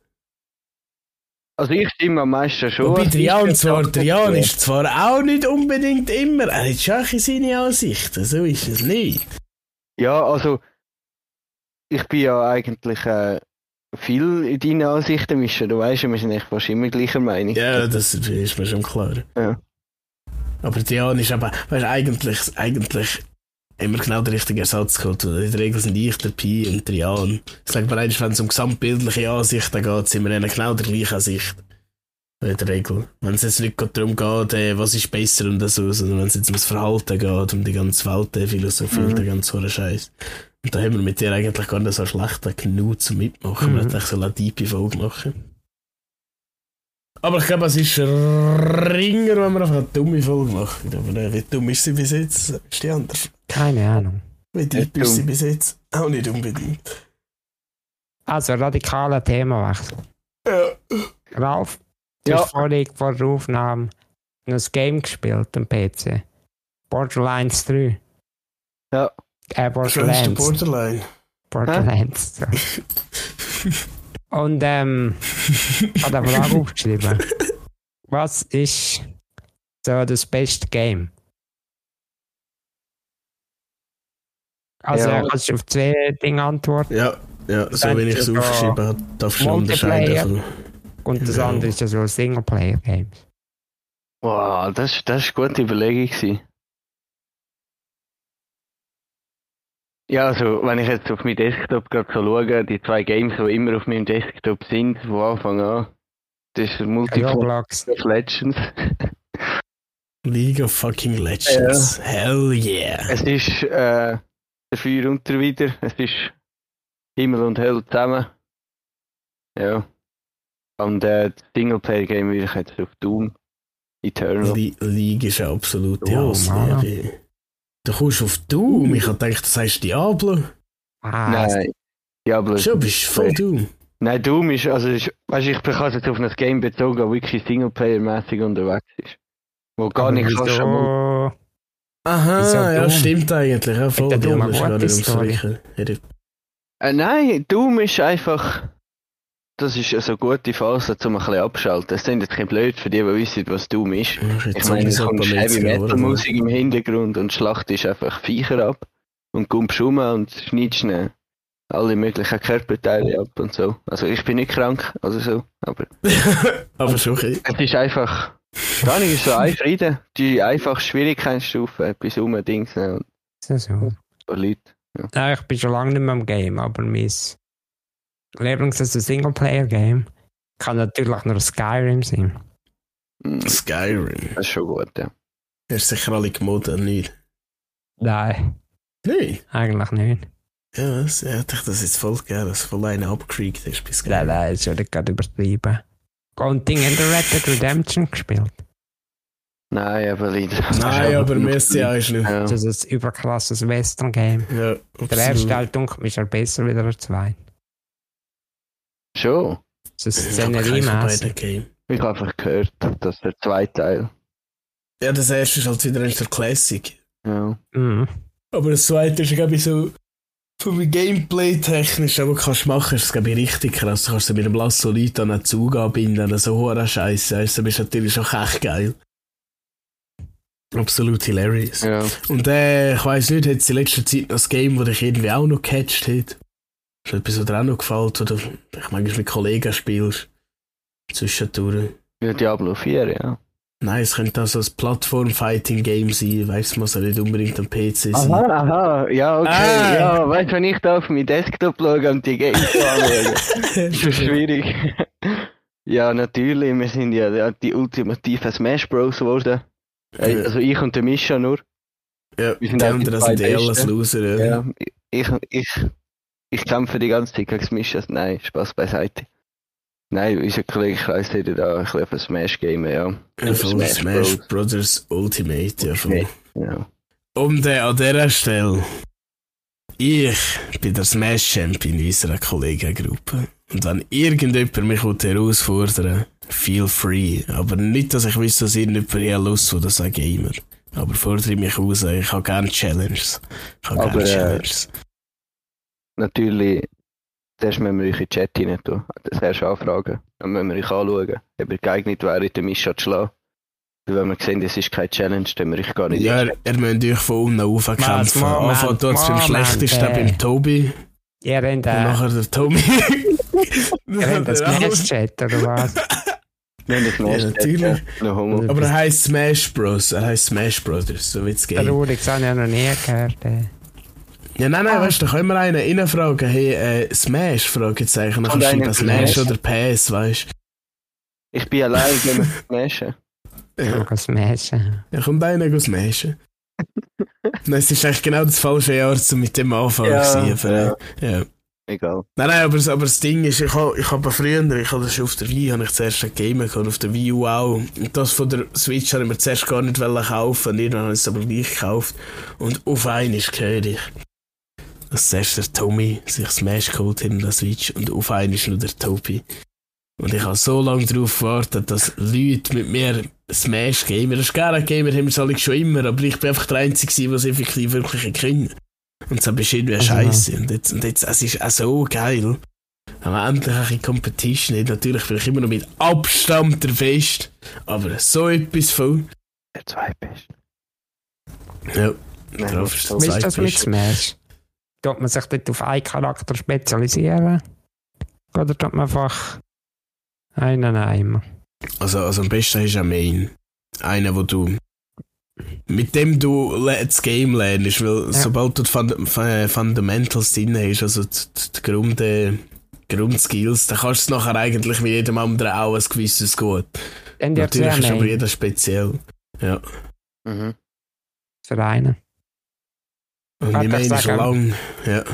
B: also ich stimme am meisten schon.
C: Wobei
B: Also,
C: der
B: ich
C: Jan
B: bin
C: zwar,
B: schon-
C: der Jan ist zwar auch nicht unbedingt immer, er hat schon ein bisschen seine Ansichten, so ist es nicht.
B: Ja, also. Ich bin ja eigentlich äh, viel in deinen Ansichten mischen. Du weißt ja, wir sind echt fast immer gleicher Meinung.
C: Ja, das ist mir schon klar.
B: Ja.
C: Aber der Jan ist aber, weißt du, eigentlich, eigentlich immer genau der richtige Ersatz geholt. In der Regel sind ich, der Pi und der Jan. Ich sage mir eigentlich, wenn es um gesamtbildliche Ansichten geht, sind wir ihnen genau der gleichen Ansicht. In der Regel. Wenn es jetzt nicht gerade darum geht, äh, was ist besser und so, sondern wenn es jetzt ums Verhalten geht, um die ganze Welt, der Philosophie und
B: Mhm.
C: den ganzen hohen Scheiß. Und da haben wir mit dir eigentlich gar nicht so schlecht genug zum Mitmachen.
A: Mhm.
C: Wir hätten eigentlich so eine tiefe Folge machen. Aber ich glaube, es ist ringer, wenn wir einfach eine dumme Folge machen. Aber äh, wie dumm ist sie bis jetzt? Das Ist die andere. Frage.
A: Keine Ahnung.
C: Wie deep
B: Äh,
C: ist sie
B: dumm.
C: bis jetzt? Auch nicht unbedingt.
A: Also, radikaler Themawechsel.
C: Ja.
A: Ralf, du
B: Ja.
A: hast vorhin vor der Aufnahme ein Game gespielt am PC. Borderlands 3.
B: Ja.
A: Äh,
C: Das ist der
A: Borderlands.
C: Borderline.
A: Borderlands. So. Und ähm, ich habe eine Frage aufgeschrieben. Was ist so das beste Game? Also
B: Ja.
A: kannst du auf zwei Dinge antworten
C: Ja, ja, so wie ich es
A: Dann-
C: aufgeschrieben habe, darfst du
A: Multiplayer.
C: unterscheiden.
A: und das
C: Ja.
A: andere ist ja so Singleplayer-Game.
B: Wow, das, das ist eine gute Überlegung. Gewesen. Ja, also, wenn ich jetzt auf meinen Desktop gerade so schaue, die zwei Games, die immer auf meinem Desktop sind, von Anfang an, das ist Multiple
A: Roblox.
B: Legends.
C: Von League of fucking Legends. Hell yeah.
B: Es ist äh, dafür und der wieder, es ist Himmel und Hölle zusammen. Ja. Und äh, das Singleplayer-Game würde ich jetzt auf Doom Eternal.
C: Le League ist eine absolute
A: Oh,
C: Hassliebe. Du kommst auf Doom. Ich habe gedacht, das heißt Diablo.
A: Ah,
B: Nein. Diablo ist
C: Schon bist du voll Doom.
B: Nein, Doom ist, also ist, weißt, ich kann es jetzt auf das Game bezogen, das wirklich Singleplayer-mäßig unterwegs ist. Wo gar
A: aber
B: nicht kannst
A: wieso-
B: schon mal.
A: Ist ja
C: Aha, ja,
A: Doom.
C: stimmt eigentlich. Ja, voll
A: der Doom
C: Doom
A: eine
C: ist gar
A: gute
C: nicht ums
A: Story?
C: Verrecken. Ja,
B: Äh, nein, Doom ist einfach. Das ist also eine gute Phase, um ein bisschen abschalten. Es sind jetzt ein bisschen blöd für die, die wissen, was Doom ist.
C: Ich
B: Ich
C: jetzt
B: meine, es
C: sowieso
B: kommt
C: Palette
B: Heavy
C: gehabt,
B: Metal
C: oder?
B: Musik im Hintergrund und Schlacht ist einfach Viecher ab. Und kommst rum und schneidest ihnen alle möglichen Körperteile ab und so. Also ich bin nicht krank, also so. Aber
C: Ah, Aber schon okay.
B: es ist einfach. Gar nicht so ein Frieden. Die einfache Schwierigkeitsstufe, etwas unbedingt ne, und
A: So, so.
B: so Leute.
A: Ja, ich bin schon lange nicht mehr im Game, aber mein Lieblings ist ein Singleplayer-Game. Kann natürlich nur Skyrim sein.
B: Mm, Das
C: Skyrim.
B: ist schon gut, ja.
C: Hast du sicher alle gemoddet, nicht?
A: Nein,
C: Nein.
A: eigentlich nicht.
C: Ja, das, ja, ich dachte, das ist voll geil, dass du voll einen abgekriegt hast bei
A: Nein,
C: Skyrim.
A: nein, das würde ich gerade übertreiben. Und Ding in der Red Dead Redemption gespielt.
B: Nein, aber leider.
C: Nein, aber Messi auch ist nicht.
B: Ja.
A: Das ist ein überkrasses Western-Game.
C: Ja,
A: Der
C: absolut.
A: erste Teil dunkel mich ja besser wieder der zweite.
B: Schon.
A: Das ist
C: Ich habe keinen von beiden
A: szeneriemäßig.
C: Game.
B: Ich habe einfach gehört, dass der zweite Teil.
C: Ja, das erste ist halt wieder ein der Classic.
B: Ja.
A: Mhm.
C: Aber das zweite ist, glaube ich, so. Vom Gameplay technisch, aber kannst du machen, ist es, glaube ich, richtig krass. Du kannst es mit einem Lasso Leute an einen Zug anbinden, an so hoher Scheiße. Also, bist du natürlich schon echt geil. Absolut hilarious.
B: ja.
C: Und äh, ich weiss nicht, hat es in letzter Zeit noch das Game, das dich irgendwie auch noch gecatcht hat? Ist etwas, was dir auch noch gefällt? Oder ich manchmal mit Kollegen spielst? Zwischendurch.
B: Ja, Diablo 4, ja.
C: Nein, es könnte auch so ein Plattform-Fighting-Game sein. Weißt du, muss ja nicht unbedingt am PC sein.
B: aha, ja, okay.
C: Ah.
B: Ja, weißt du, wenn ich da auf meinen Desktop schaue und die Games anschaue, ist schon schwierig. ja, natürlich, wir sind ja die ultimativen Smash Bros geworden. Äh,
C: Ja.
B: Also ich und der Mischa nur.
C: Ja,
B: Wir sind
C: die
B: auch die
C: anderen
B: zwei
C: sind eh alles
B: Besten.
C: Loser. Ja.
B: Ja. Ähm, Ich, ich, ich kämpfe die ganze Zeit gegen Mischa. Nein, Spaß beiseite. Nein, unser Kollegenkreis hat ja da ein bisschen auf ein Smash-Game, ja.
C: Ja, voll
B: Smash
C: Smash, Smash
B: Bros.
C: Brothers Ultimate. Ja, voll.
B: Ultimate. ja.
C: Und äh, an dieser Stelle, ich bin der Smash-Champion in unserer Kollegengruppe. Und wenn irgendjemand mich herausfordern will, feel free. Aber nicht, dass ich wüsste, dass irgendjemand hier Lust hat, das auch gamet. Aber fordere mich raus, ich habe gerne Challenges. Ich habe
B: Aber,
C: gerne
B: äh,
C: Challenges.
B: Natürlich, zuerst müssen wir euch in den Chat rein tun. Das erst anfragen. Dann müssen wir euch anschauen, ob ihr geeignet wäre, den Mischa zu schlagen. Weil wenn wir sehen, das ist keine Challenge, dann wir euch gar nicht
C: Ja,
B: in den
C: ihr, ihr müsst euch von unten
A: Moment,
C: aufkämpfen.
A: Moment,
C: Anfangen dort beim
A: Moment,
C: schlechtesten,
A: äh.
C: beim Tobi.
A: Ihr habt,
C: Und
A: äh,
C: nachher der Tommy.
A: ihr habt das Gleichschat, oder was?
B: Wir haben das
C: Ja,
B: Master-
C: natürlich.
B: Ja, noch Homo.
C: Aber er heisst Smash Bros. Er heisst Smash Brothers, so wie das Game.
A: Traurig, das habe ich noch nie gehört. äh.
C: Ja, nein, nein, weißt du, da können wir einen reinfragen, hey, äh, Smash, Fragezeichen, nachher
B: Und
C: schreiben
B: einen
C: Smash
B: Smash.
C: oder PS, weißt
B: Ich bin allein, wenn wir smashen.
C: du?
A: Ich
C: Ja,
A: kann smashen.
C: ja kommt einer go smashen. nein, es ist eigentlich genau das falsche Jahr, um mit dem Anfang
B: Ja,
C: zu sein, aber, äh, ja.
B: Egal.
C: Nein, nein, aber, aber das Ding ist, ich habe ich hab früher, ich habe das schon auf der Wii, habe ich zuerst Game gehabt, auf der Wii U auch. Und das von der Switch habe ich mir zuerst gar nicht wollen kaufen, und irgendwann habe ich es aber gleich gekauft. Und auf einmal höre ich, dass zuerst der Tommy sich Smash geholt hat in der Switch und auf einmal nur der Tobi. Und ich habe so lange darauf gewartet, dass Leute mit mir Smash Gamer, das ist gar ein Gamer, haben wir es alle schon immer, aber ich bin einfach der Einzige, gewesen, der es effektiv wirklich können. Und das ist irgendwie
A: Also-
C: scheiße. Und jetzt, und jetzt, es ist auch so geil. Aber endlich ein bisschen Competition. hat. Natürlich bin ich immer noch mit Abstand der Best, aber so etwas von.
B: Der zweitbeste.
C: Ja,
B: Nein,
C: drauf ist
A: Wie ist das mit
C: Zweitbeste.
A: Smash? Tut man sich dort auf einen Charakter spezialisieren? Oder tut man einfach einen einmal?
C: Also, also am besten ist ein Main. Einer, wo du. Mit dem du le- das Game lernst, weil sobald du die Fund Fu- äh, Fundamentals drin hast, also die, die- die Grund, äh, Grundskills, dann kannst du es nachher eigentlich mit jedem anderen auch ein gewisses gut.
A: Dann wird
C: Natürlich
A: es
C: ist
A: ja
C: aber
A: mehr
C: jeder speziell. Ja.
B: Mhm.
A: für einen.
C: Und
A: Warte,
C: ich meine
A: ich
C: ist
A: sage-
C: lang. Ja,
A: Sagen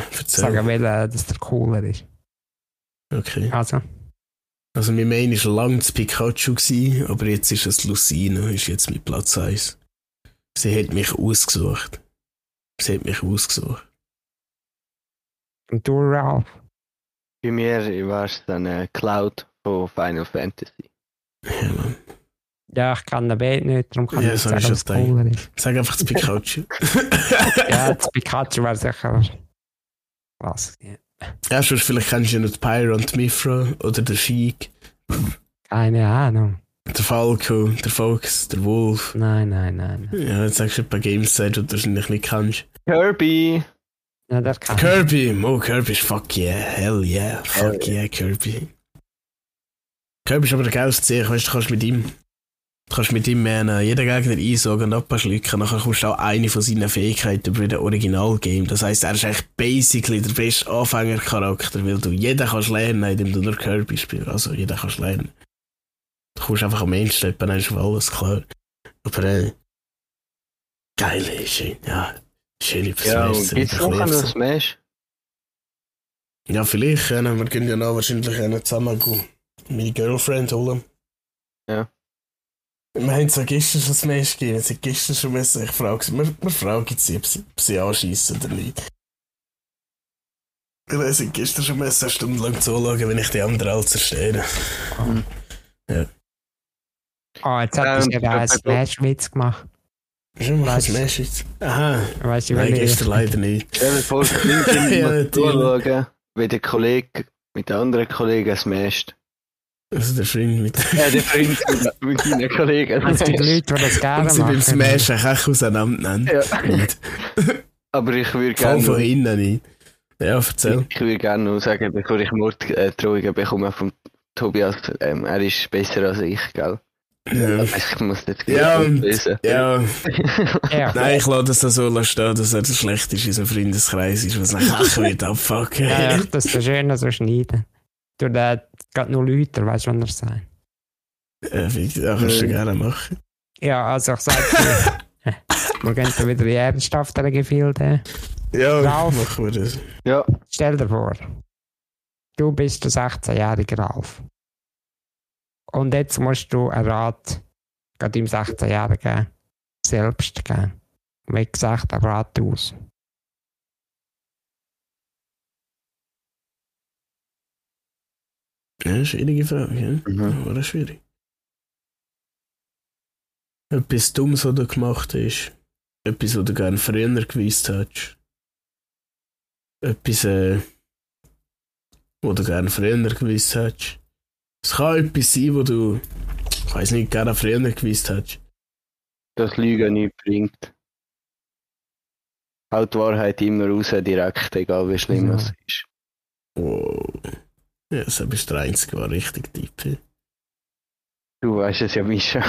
C: erzähl.
A: will, dass der cooler ist.
C: Okay.
A: Also,
C: Also mein Main ist lang das Pikachu gewesen, aber jetzt ist es Lucina, ist jetzt mit Platz 1. Sie hat mich ausgesucht. Sie hat mich ausgesucht.
A: und du, Ralph?
B: Bei mir war es dann äh, Cloud von Final Fantasy.
C: Ja, Mann.
A: Ja, ich kann den Bild nicht, darum kann
C: Ja,
A: ich nicht
C: so
A: sagen,
C: ist
A: was
C: das Ding.
A: cooler ist.
C: Sag einfach das Pikachu.
A: Ja, das Pikachu wäre sicher was. Ja.
C: ja, sonst vielleicht kennst du ja noch die Pyro und die Mifra oder der Sheik,
A: Keine Ahnung.
C: der Falco, der Fox, der Wolf.
A: Nein, nein, nein. nein.
C: Ja, jetzt sagst du ein paar Games, die du wahrscheinlich nicht kennst.
B: Kirby!
A: Ja, der kann.
C: Kirby, oh Kirby ist fuck yeah, hell yeah, fuck yeah, Kirby. Kirby ist aber der geilste Seher, weißt du, du kannst mit ihm. Du kannst mit ihm äh, jeden Gegner einsagen und abschlücken. Nachher kommst du auch eine von seinen Fähigkeiten über den Original-Game. Das heisst, er ist eigentlich basically der beste Anfängercharakter, weil du jeden kannst lernen, indem du nur Kirby spielst. Also, jeden kannst lernen. Du kommst einfach am Ende steppen, dann ist schon alles klar. Aber, äh, geil, ey, schön, ja. Schöne
B: Ja,
C: Persönlichkeit.
B: und gibt's noch einen Smash?
C: Ja, vielleicht können wir können ja noch wahrscheinlich einen zusammen gehen. meine Girlfriend holen.
B: Ja.
C: Wir haben so gestern schon das Mensch gegeben, sie hat gestern schon müssen. Ich frage wir, wir fragen sie, ob sie, ob sie anschiessen oder nicht. Ich weiß, ich gestern schon müssen eine Stunde lang zuschauen, wenn ich die anderen alle zerstöre.
A: Oh, jetzt hat
B: Ähm,
A: ich ja einen
B: Pepper-
A: Smash-Witz gemacht.
C: Schon mal
A: Was?
C: das Mensch jetzt. Aha,
A: Weißt du,
C: nein,
A: weil ich.
C: gestern leider nicht.
B: Stell dir vor, das Kind
C: Ja,
B: muss
C: natürlich.
B: zuschauen, wie der Kollege mit den anderen Kollegen smasht.
C: Also der Freund mit.
B: Äh, der Freund mit- mit seinen Kollegen.
A: Es gibt Leute, die das gerne
C: Und sie
A: machen.
C: beim Smash auch auseinandernehmen.
B: Ja.
C: Nicht.
B: Aber ich würde
C: Voll von
B: gerne
C: hinten nicht. Ja, erzähl.
B: ich würde gerne noch sagen, bevor ich Morddrohungen bekomme von Tobias, ähm, er ist besser als ich, gell?
C: Ja.
B: Ich muss das
C: Ja,
B: gleich
C: und-
B: lesen.
C: ja.
A: Ja.
C: Nein, ich lasse das so stehen, dass er der Schlechteste in unserem Freundeskreis ist, was nachher auch wird Ah, abfucken.
A: Ja, echt, das ist so schön, dass wir schneiden. Du, der geht nur Leute, weißt du, wann er sein.
C: Äh, fick, das kannst du gerne machen.
A: Ja, also ich sag dir, wir gehen da wieder in ernsthaftere Gefilde.
C: Ja,
A: Ralf.
C: machen wir das.
B: Ja,
A: Stell dir vor, du bist der 16-jährige Ralf. Und jetzt musst du einen Rat gerade dem 16-jährigen selbst geben. Wie gesagt, einen Rat aus.
C: Ja, schwierige Frage, ja.
B: Mhm.
C: War das schwierig. Etwas Dummes, was du gemacht hast. Etwas, was du gerne früher gewusst hättest. Etwas, äh, was du gerne früher gewusst hättest. Es kann etwas sein, wo du, ich weiß nicht, gerne früher gewusst hättest.
B: dass Lügen nichts bringt. Halt die Wahrheit immer raus, direkt, egal wie schlimm
A: Ja.
B: es ist.
C: Wow. Ja, so bist du der Einzige, der richtig Typ
B: Du weißt es ja, Mischa.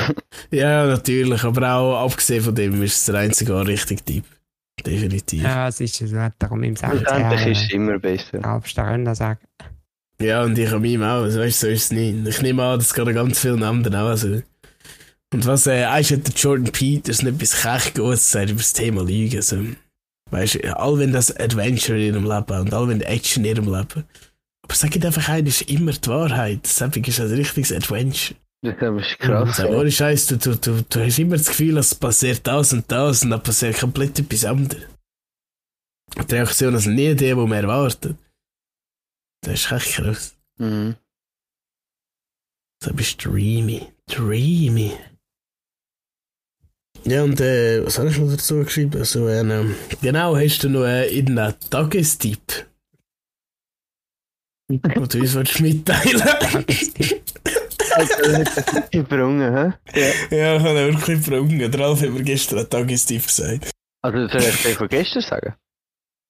C: Ja, natürlich, aber auch abgesehen von dem ist es der Einzige, der richtig Typ Definitiv. Ja.
A: Ja, es ist das Wetter, komm im
B: Schlussendlich ist
A: 16-jährigen.
B: es immer besser.
A: Ralf, da können wir sagen.
C: und ich an ihm auch, also, weißt du, so ist es nicht. Ich nehme an, das geht an ganz vielen anderen auch so. Und was, äh, eigentlich hat der Jordan Peters nicht bis Kech Gutes gesagt über das Thema Lügen. So. Weißt du, all wenn das Adventure in ihrem Leben haben und all wenn Action in ihrem Leben. Aber sag ich einfach ein, ist immer die Wahrheit. Deswegen ist das ein richtiges Adventure.
B: Das ist krass.
C: Ja,
B: ey.
C: ohne Scheiß, du, du, du, du hast immer das Gefühl, es passiert das und das und dann passiert komplett etwas anderes. Die Reaktion ist nie die, die man erwartet. Das ist echt krass.
B: Mhm.
C: So bist du dreamy. Dreamy. Ja, und äh, was habe ich noch dazu geschrieben? Also, äh, ähm, genau, hast du noch äh, irgendeinen Tagestipp? Und du uns willst mitteilen?
B: Alter, Also, das hat mich gebrungen, hä?
C: ja, ich habe wirklich verhungert. Ralf hat mir gestern einen Tagestipp gesagt.
B: Also, soll ich dir von gestern sagen?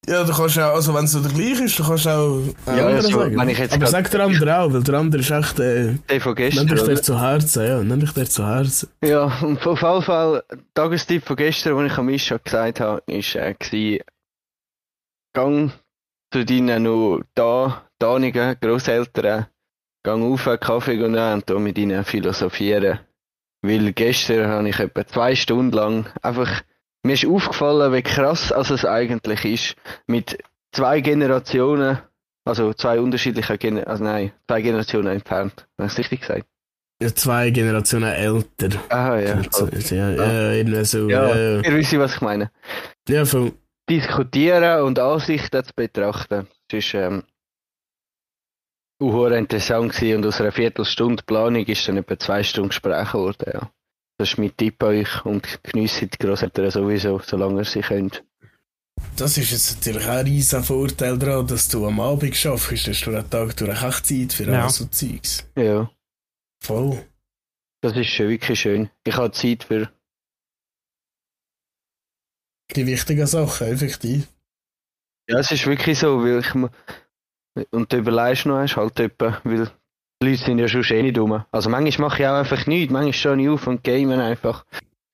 C: Ja, du kannst auch, also wenn es so der gleiche ist, du kannst auch äh,
B: Ja,
C: anderen
B: also,
C: sagen.
B: wenn ich jetzt
C: Aber
B: grad-
C: sag der andere auch, weil der andere ist echt, äh,
B: Der von
C: nimm
B: gestern.
C: dich
B: oder?
C: der zu Herzen, ja, nimm dich der zu Herzen.
B: Ja, und auf jeden Fall, der Tagestipp von gestern, den ich am Mischa gesagt habe, ist, äh, war, gang zu deinen noch da, danigen Grosseltern, gang auf, einen Kaffee gehen und da mit ihnen philosophieren. Weil gestern habe ich etwa zwei Stunden lang einfach, mir ist aufgefallen, wie krass also es eigentlich ist, mit zwei Generationen, also zwei unterschiedlichen Generationen, also nein, zwei Generationen entfernt. Habe ich es richtig gesagt?
C: Ja, zwei Generationen älter.
B: Ah ja.
C: So, ja, ja, irgendwie so.
B: Ja.
C: äh,
B: Ihr wisst, was ich meine.
C: ja voll.
B: diskutieren und Ansichten zu betrachten. Es ist ähm, sehr interessant gewesen und aus einer Viertelstunde Planung ist dann etwa zwei Stunden Gespräch geworden. Ja. Das ist mein Tipp an euch und geniessen die Grosseltern sowieso, solange ihr sie könnt.
C: Das ist jetzt natürlich auch ein riesen Vorteil daran, dass du am Abend schaffst, dass du den Tag durch echt Zeit für
A: Ja.
C: all so Zeugs.
B: Ja,
C: Voll.
B: das ist schön, wirklich schön. Ich habe Zeit für...
C: Die wichtigen Sachen, effektiv.
B: Ja, es ist wirklich so, weil ich... mu- Und du überlegst noch, hast halt etwa, weil Die Leute sind ja schon eh nicht dumm. Also manchmal mache ich auch einfach nichts, manchmal stehe ich auf und game einfach.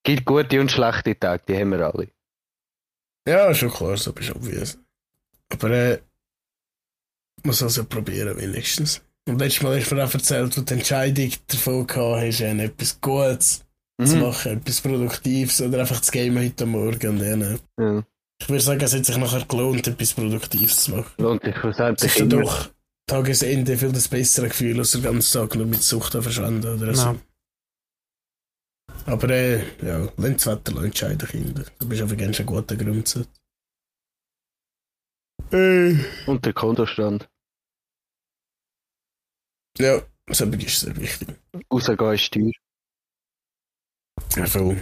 B: Gibt gute und schlechte Tage, die haben wir alle.
C: Ja, schon klar, so bist du obvious. Aber äh, man soll es ja probieren, wenigstens. Und letztes Mal hast du mir auch erzählt, wo du die Entscheidung davon gehabt hast, eben etwas Gutes zu
B: Mhm.
C: machen, etwas Produktives oder einfach zu gamen heute Morgen. Und dann,
B: Ja.
C: ich würde sagen, es hat sich nachher gelohnt, etwas Produktives zu machen.
B: Lohnt sich
C: Es ist
B: schlussendlich
C: ja
B: immer.
C: doch Tagesende viel das bessere Gefühl, als den ganzen Tag nur mit Sucht zu verschwenden oder so.
A: Ja.
C: Aber äh, ja, wenn das Wetter lang entscheiden, Kinder. Du bist einfach ganz ein guter Grundsatz. Äh.
B: Und der Kontostand.
C: Ja, das ist sehr wichtig.
B: Rausgehen ist teuer.
C: Ja, voll.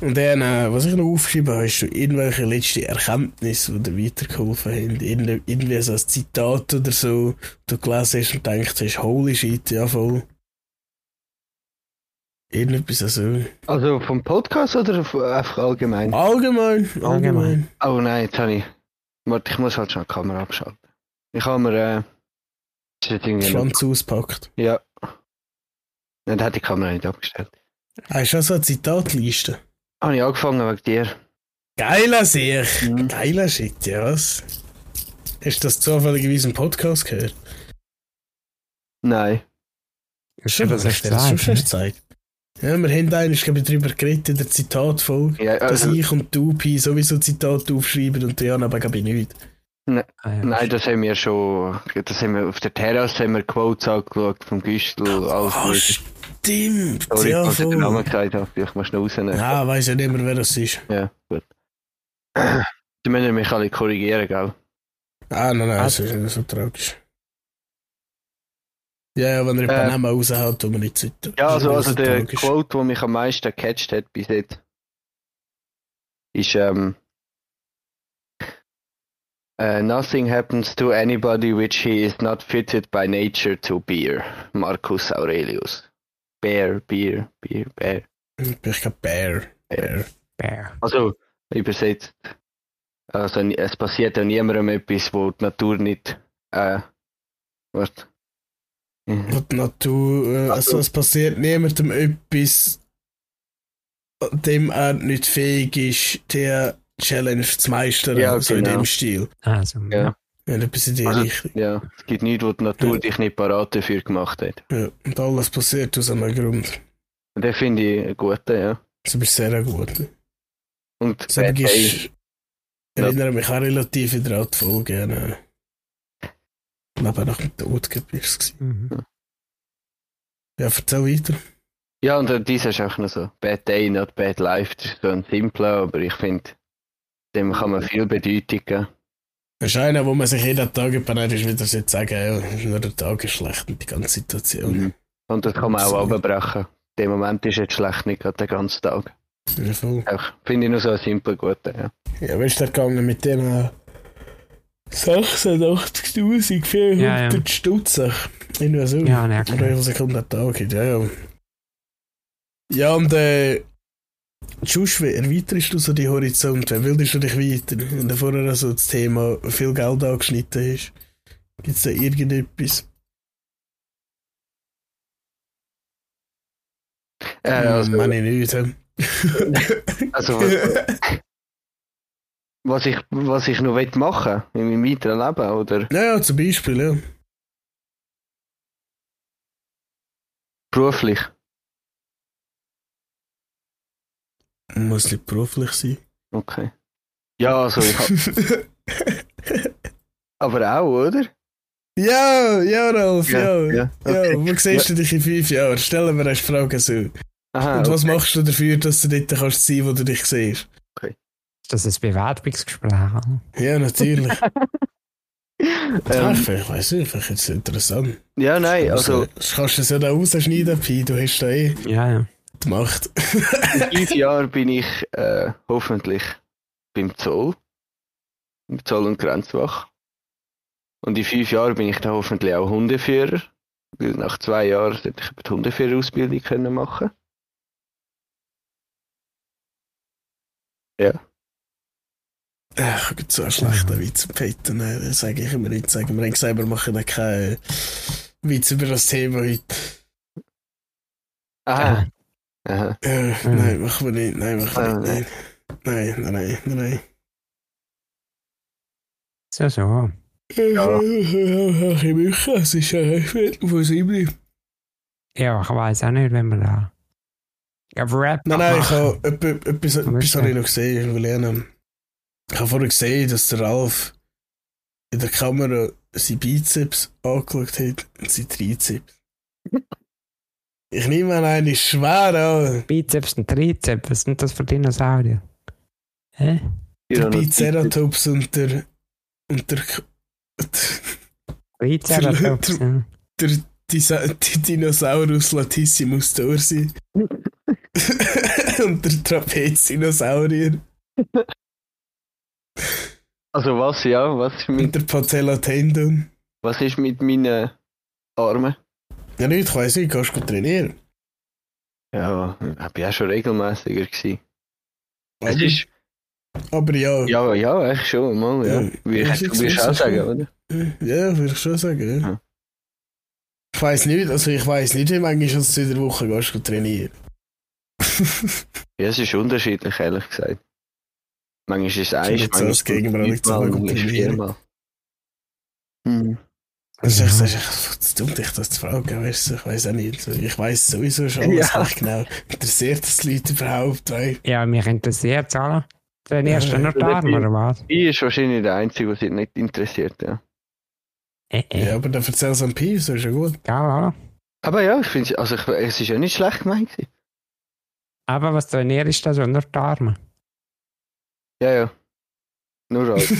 C: Und dann, äh, was ich noch aufgeschrieben habe, ist so irgendwelche letzte Erkenntnisse, die dir weitergeholfen haben. Irgende, irgendwie so ein Zitat oder so, du gelesen hast und denkst hast, holy shit, ja voll. Irgendetwas also.
B: Also vom Podcast oder f- einfach allgemein?
C: Ah. Allgemein, allgemein.
A: Allgemein.
B: Oh nein, jetzt habe ich. Warte, ich muss halt schon die Kamera abschalten. Ich habe mir. Äh, das ist jetzt irgendwie noch-
C: Schwanz auspackt.
B: ja. Dann hat die Kamera nicht abgestellt.
C: Hast du auch so eine Zitatliste?
B: Habe ich angefangen wegen dir.
C: Geiler Sieg! Geiler Shit, ja was? Hast du das zufälligerweise im Podcast gehört?
B: Nein.
A: Ist schon das
C: hast
A: echt
C: du das schon
A: gesagt?
C: schon
A: ne?
C: gezeigt. Ja, wir haben eigentlich glaube ich, darüber geredet in der Zitatfolge,
B: Ja,
C: dass
B: also,
C: ich und du Pi sowieso Zitate aufschreiben und Jan aber glaube ich nicht.
A: Ah, ja.
B: nein, das haben wir schon. Das haben wir auf der Terrasse haben wir Quotes angeschaut vom Güstel. alles
C: Ah,
B: Mögliche.
C: stimmt!
B: Oh, Sorry,
C: ja,
B: dass ich den Namen
C: voll.
B: gesagt habe. Ich muss ihn rausnehmen.
C: Ja, weiss ja nicht mehr, wer das ist.
B: Ja, gut. Sie müssen mich alle korrigieren, gell?
C: Ah, nein, nein,
A: Ah.
C: das ist nicht so tragisch. Ja, ja, wenn er einen
B: Äh.
C: Namen raushaut, tun wir nicht sollte.
B: Ja, also, also der
C: Tragisch.
B: Quote, der mich am meisten gecatcht hat bis jetzt, ist ähm, äh, Nothing happens to anybody which he is not fitted by nature to bear. Marcus Aurelius. Bear, Bear, Bear, Bear.
C: Ich bin kein Bär. Bär.
A: Bär.
B: Also, übersetzt. Also, ni- es passiert ja niemandem etwas, wo die Natur nicht. Äh, was?
C: Und die Natur, äh, also es passiert niemandem etwas, dem er nicht fähig ist, die Challenge zu meistern,
B: Ja,
C: so in
B: genau.
C: dem Stil.
A: Also,
B: Ja.
C: Wenn etwas in die
B: Also-
C: Richtung.
B: Ja, es gibt nichts, wo die Natur dich nicht parat dafür gemacht hat.
C: Ja. Und alles passiert aus einem Grund.
B: Und den finde ich einen guten, ja.
C: Das ist sehr gut.
B: Und
C: Das
B: Bad Day,
C: ist, erinnere mich auch relativ wieder an die Folge. an, äh, Ich glaube, nach dem Tod war es. gewesen.
A: Mhm.
C: Ja, erzähl weiter.
B: ja, und äh, dies ist auch noch so. Bad Day, not bad life. Das ist so ein simpler, aber ich finde, dem kann man viel Bedeutung geben.
C: Das ist einer, wo man sich jeden Tag übernimmt, ist wieder so zu sagen, ja, nur der Tag ist schlecht und die ganze Situation.
B: Mhm. Und das kann man auch
C: Absolut.
B: runterbrechen. Der Moment ist jetzt schlecht, nicht gerade den ganzen Tag.
C: Ja, voll.
B: Auch Finde ich nur so einen simplen, guten, ja.
C: Ja, wie ist der gegangen mit den äh, 86.400
A: Ja, ja.
C: Stutzen? In was auch.
A: Ja, ne,
C: Oder wie
A: okay.
C: viele Sekunden hat der angegeben? Ja, ja. Ja, und äh, Schuss, wie erweiterst du so die Horizonte? Wie Bildest du dich weiter? Wenn du vorher also das Thema viel Geld angeschnitten hast, gibt es da irgendetwas?
B: Äh, also,
C: Hm, Meine ich nicht. hä?
B: also was, was, ich, was ich noch will machen in meinem weiteren Leben, oder?
C: ja, ja, zum Beispiel, ja.
B: Beruflich.
C: Muss nicht beruflich sein.
B: Okay. Ja, also ich hab, aber auch, oder?
C: ja, ja, Ralf, ja. ja.
B: okay.
C: wo siehst du dich in fünf Jahren? Stellen wir eine Frage so. Und
B: Aha,
C: was
B: Ah, okay.
C: machst du dafür, dass du dort kannst sein, wo du dich siehst?
A: Ist das ein Bewerbungsgespräch? oder?
C: Ja, natürlich.
B: Ähm,
C: Ach, ich weiß nicht, vielleicht ist es interessant.
B: ja, nein, also
C: Das kannst du es ja da rausschneiden, Pi, du hast da eh
A: Ja, ja.
C: die Macht.
B: in fünf Jahren bin ich äh, hoffentlich beim Zoll. Im Zoll und Grenzwach. Und in fünf Jahren bin ich dann hoffentlich auch Hundeführer. Weil nach zwei Jahren sollte ich die Hundeführerausbildung können machen.
C: Ach, gut, so ein schlechter Witz, Peter, nein, das sage ich immer nicht. Sagen wir haben gesagt, wir machen da keine Witz über das Thema heute. Ah.
B: Aha. Aha.
C: Ja, Äh, Nein, machen wir nicht. Nein, machen wir
B: Mhm. Ah,
C: nicht. Nein, nein, nein, nein. nein.
A: So, so.
C: Ja. Ich habe Mücken, es ist äh, ja recht viel von sieben.
A: Ja, ich weiß auch nicht, wenn wir da. Ja, Rap.
C: Nein, nein, ich
A: machen.
C: habe etwas, etwas, etwas habe ich noch gesehen, ich will lernen. Ich habe vorher gesehen, dass der Ralf in der Kamera seine Bizeps angeschaut hat und seine Trizeps. Ich nehme an, eine ist schwer an.
A: Bizeps und Trizeps, was sind das für Dinosaurier? Hä?
C: Der
B: Ja,
C: Biceratops und der. und der.
A: Triceratops. ja.
C: der Disa Dinosaurus latissimus dorsi. und der Trapezdinosaurier.
B: Also was, ja, was, mit,
C: Und der Patella Tendon.
B: was ist mit meinen Armen?
C: Ja, nicht, ich weiss nicht, kannst du trainieren.
B: Ja, ich bin auch schon regelmäßiger gewesen.
C: Aber,
B: Es ist,
C: aber ja, ja,
B: ja, ja, eigentlich schon, mal, ja.
C: Ja,
B: Wie,
C: das
B: du
C: ist
B: würdest auch
C: so
B: sagen,
C: schön.
B: oder?
C: würde ich schon sagen. Ja.
B: Ja.
C: Ich weiss nicht, also ich weiss nicht, wie manchmal als du in der Woche gehst du trainieren.
B: Ja, es ist unterschiedlich, ehrlich gesagt. Manchmal ist es
C: Ich
B: eins,
C: würde zuerst gegen
B: manchmal
C: Brandung
B: ist
C: zusammen
B: es fünfmal, manchmal ist es
C: kombinieren.
B: viermal. Hm.
C: Also ich
A: Ja.
C: sage, es dumm, dich das zu fragen, weißt du, ich weiss auch nicht. Also Ich weiss sowieso schon alles
B: Ja.
C: nicht genau. Interessiert das die Leute überhaupt, weißt
A: Ja, mich interessiert es alle. Trainierst du nur die
B: Ja,
A: Arme oder was?
B: Ich ist wahrscheinlich der Einzige, der sich nicht interessiert, ja.
A: Äh,
C: du?
A: äh.
C: Ja, aber dann erzähl es am Pi, so ist ja gut.
A: Egal, oder?
B: Aber ja, ich finde, also ich, es ist ja nicht schlecht gemeint. gewesen.
A: Aber was trainierst du also? Nur die Arme.
B: Ja, ja. Nur alles.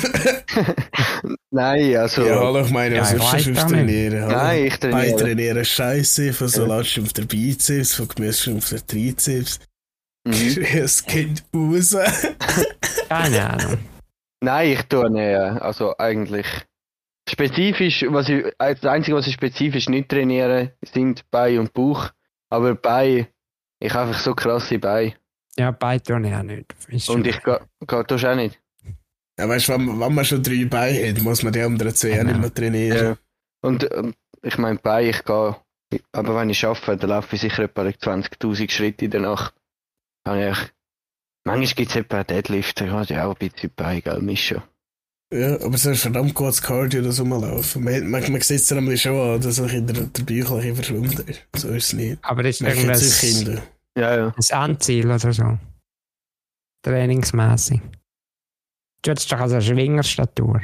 B: Nein, also.
C: Ja, hallo, ich meine,
A: Ja,
C: was
A: ich
C: willst
A: weiss
C: du
A: auch
C: sonst
A: nicht.
C: trainieren? hallo?
B: Nein, ich
C: Bein
B: trainiere.
C: trainieren Scheiße, von Salatschrumpf der Bizeps, von Gemüseschrumpf der Trizeps.
B: Mhm.
C: Es geht raus.
A: Keine Ahnung.
B: Nein, ich tue nicht. Also eigentlich. Spezifisch, was ich, äh, das Einzige, was ich spezifisch nicht trainiere, sind Bein und Bauch. Aber Bein, ich habe einfach so krasse Beine.
A: Ja, beide tun ich auch nicht. Ist schon-
B: Und ich gehe auch nicht.
C: Ja, weißt du, wenn, wenn man schon drei Beine hat, muss man die anderen zwei auch
A: Genau.
C: nicht mehr trainieren.
B: Ja. Also, Und ähm, ich meine, Bein, ich gehe. Aber wenn ich arbeite, dann laufe ich sicher etwa 20.000 Schritte in der Nacht. Habe ich echt- Manchmal gibt es etwa Deadlifter, ja, die auch ein bisschen Bein, gell, Mischa.
C: Ja. aber so ist verdammt gutes Cardio, das rumlaufen. Man, man, man sieht es dann schon an, dass sich der, der Bauch ein bisschen verschwunden ist. So ist es nicht.
A: Aber ist
C: Man kennt sich
A: irgendwas
C: Kinder.
B: Ja, ja.
A: ein Anziel oder so. Trainingsmäßig. Du hättest doch also eine Schwingerstatur.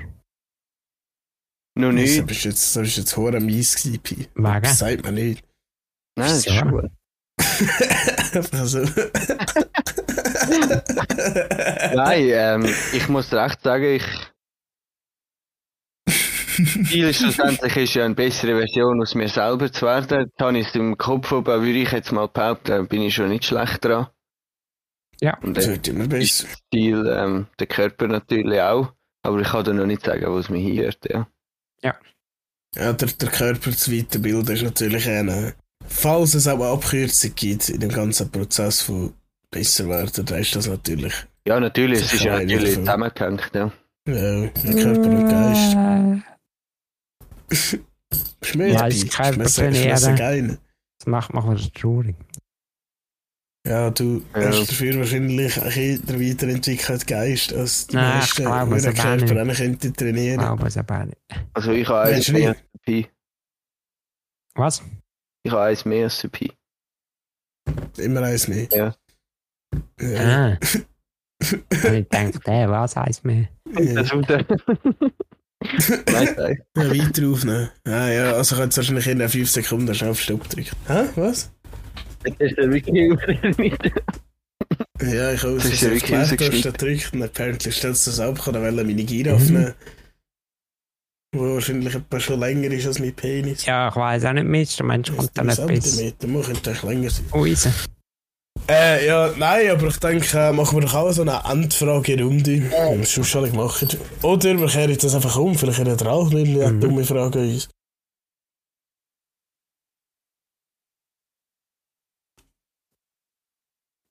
B: Nur
C: Das
B: nicht.
C: ist jetzt, das ist jetzt hoher mies gewesen, Pi. Das
A: Wegen.
C: sagt man nicht.
B: Nein, das ist
A: Ja.
B: gut.
C: also.
B: Nein, ähm, ich muss dir echt sagen, ich. Ziel ist schlussendlich ist ja eine bessere Version aus mir selber zu werden. Jetzt habe ich es im Kopf, aber würde ich jetzt mal behaupten, bin ich schon nicht schlecht dran.
A: Ja.
B: Und
C: Das
B: das
C: wird immer besser.
B: Ziel, ähm, der Körper natürlich auch. Aber ich kann dir noch nicht sagen, was mich hindert. Ja.
C: Ja, der, der Körper zu weiterbilden ist natürlich eine. Falls es auch eine Abkürzung gibt in dem ganzen Prozess von besser werden, dann ist das natürlich
B: ja, natürlich, es ist
C: Sicher,
B: ja
C: also.
B: natürlich
C: ja.
B: zusammengehängt. Ja.
C: äh, Körper und Geist.
A: Äh,
C: Schmeckt
A: Ja,
C: bei.
A: ist Körper
C: Schmeckt- schmeckt
A: trainieren.
C: geil.
A: Das macht mich wieder traurig.
C: Ja, du
B: Ja.
C: hast dafür wahrscheinlich ein bisschen den weiterentwickelten Geist als die
A: Nein, ich
C: meisten,
A: glaube
C: weil
A: es
C: der
A: aber auch
C: Körper auch nicht könnte
A: Ich
C: trainieren.
A: glaube es Ah, aber auch nicht.
B: Also ich habe eins
C: Mensch, wie?
B: mehr als der Pi.
A: Was?
B: Ich habe eins mehr als der Pi.
C: Immer eins mehr.
B: Ja.
C: Ja.
A: Ah. Und ich denke, hey, was heisst mehr?
C: ja.
B: Das ist der- nein, nein.
C: Ja, weiter aufnehmen. Ah ja, also ich hätte es wahrscheinlich in 5 Sekunden schnell auf Stopp gedrückt. Hä? Was?
B: Das ist der Wiki.
C: Ja, ich habe
B: Das ist ja
C: auf
B: wirklich
C: Quertaste
B: rausgeschnitten.
C: gedrückt und apparently stellt es das ab, kann dann meine Giraffe
A: Mhm.
C: nehmen. Wo wahrscheinlich etwa schon länger ist als mein Penis.
A: Ja, ich weiß auch nicht, Mist. Der Mensch
C: Auf
A: kommt dann
C: drei
A: etwas.
C: Zentimeter, man könnte eigentlich länger sein.
A: Uise.
C: Äh, ja, nein, aber ich denke, äh, machen wir doch auch so eine Endfrage-Runde. Ja. Das schon schon gemacht. Oder wir kehren das einfach um, vielleicht hat er auch nicht eine
A: Mhm.
C: dumme Frage an uns.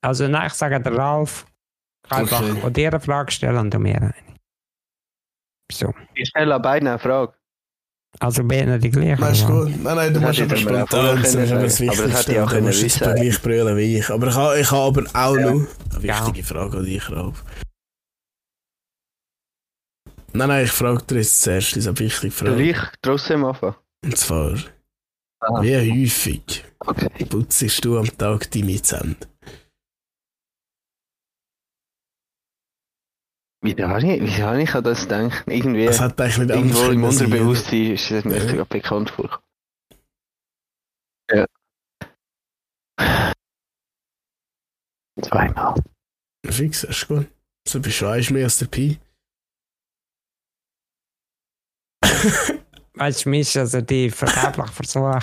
A: Also, nein, ich sage der Ralf. Ich kann
C: Okay.
A: einfach an dir eine Frage stellen und du mir eine. So.
B: Ich stelle an beiden eine Frage.
A: Also wir die gleichen.
C: Weißt du
A: ja.
C: gut? Nein, nein, du musst
B: Das hätte
C: aber
B: ich mir auch vorher
C: spontan sein, das ist
B: können
C: immer das
B: sagen. Aber das hätte
C: Wichtigste.
B: ich auch
C: Du musst
B: können
C: nicht so gleich brüllen wie ich. Aber ich habe, ich habe aber auch
B: Ja.
C: noch eine wichtige Frage an dich, Ralf. Nein, nein, ich frage dir jetzt zuerst diese wichtige Frage.
B: Gleich trotzdem anfangen.
C: Und zwar,
B: Aha.
C: wie häufig
B: Okay.
C: putzest du am Tag deine Zähne?
B: Wieso habe ich, wieso habe ich an das gedacht? Irgendwie,
C: Das hat eigentlich nicht anders
B: irgendwo im
C: können sein.
B: Unterbewusstsein ist das mir
C: Ja.
B: sogar bekannt vor. Ja. Zweimal.
C: Fix, das ist gut. So beschreibst du mich als der Pi.
A: Weißt du, mich also die vergeblich Versuch,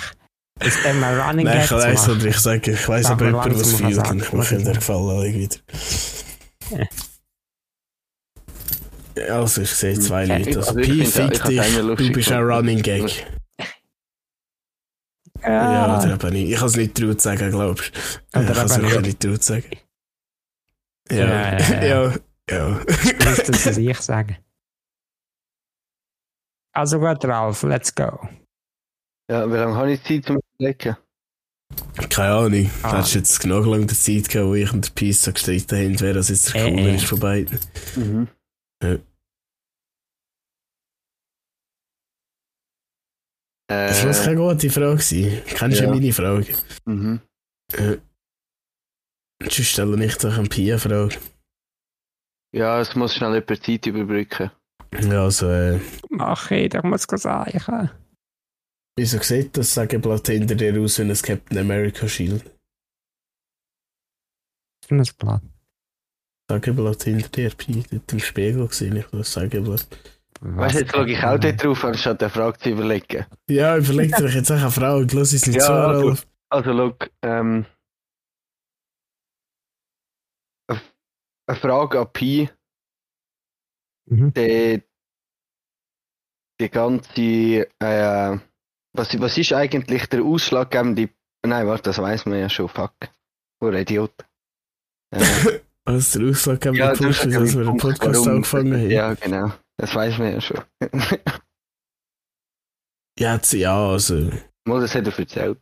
A: aus dem ein Running
C: Nein,
A: Gag
C: ich
A: zu
C: weiß
A: machen.
C: nicht, ich sage, ich weiß
A: Sag
C: aber
A: mal
C: jemand, was
A: langsam,
C: viel
A: was
C: kann.
A: er
C: Ich mache ihm den Gefallen alle wieder. Ja, Also, ich sehe zwei
A: Ja,
C: Leute. Also,
B: also ich
C: Pi
B: finde auch, ich
C: fick
B: habe
C: dich,
B: keine Lust
C: du bist ein
B: gefunden.
C: Running Gag. Ja, oder eben nicht. Ich kann es nicht traut sagen,
A: Oh,
C: glaubst du?
A: Oder
C: Ich kann es
A: eben
C: wirklich nicht
A: nicht.
C: traut sagen.
A: Ja,
C: Ja,
A: ja,
C: ja,
A: ja.
C: ja.
A: Ich wusste, dass es ich sagen. Also gut, Ralf, let's go.
B: Ja, wie lange habe ich Zeit zum Überlegen?
C: Keine Ahnung. Du
A: Ah.
C: hast jetzt genug lange die Zeit gehabt, wo ich und der Pi so gestritten haben, wer das jetzt der
A: Äh,
C: Cooler
A: äh.
C: ist von beiden.
B: Mhm.
C: Ja. Das war
B: Äh,
C: keine gute Frage. gewesen. Kennst du
B: Ja.
C: meine Frage?
B: mhm.
C: Sonst stelle ich doch eine Pia-Frage.
B: Ja, es muss schnell über Zeit überbrücken.
C: Ja, also, äh,
A: Mach ich, ich muss es sagen.
C: wieso sieht das Sägeblatt hinter dir aus wie ein Captain America Shield?
A: Für ein Blatt.
C: Sägeblatt hinter dir, Pi, dort im Spiegel gesehen, ich das Sägeblatt.
B: Weißt du, jetzt schaue ich auch dort drauf, anstatt der Frage zu überlegen.
C: Ja, überleg dir doch jetzt auch eine Frage, lass es nicht
B: Ja,
C: zu,
B: also-
C: Ralf.
B: Also, schau, ähm. Eine eine Frage an Pi,
A: Mhm.
B: die. Die ganze. Äh, was, was ist eigentlich der ausschlaggebende. Nein, warte, das weiß man ja schon, fuck. Oh, Idiot. Äh,
C: Was der Ausschlag haben wir
B: der
C: gepusht, dass wir den
B: Punkt,
C: Podcast
B: warum-
C: angefangen haben. Ja,
B: Ja, genau. Das weiß man ja schon.
C: jetzt, ja also,
B: Mal, das hat er erzählt.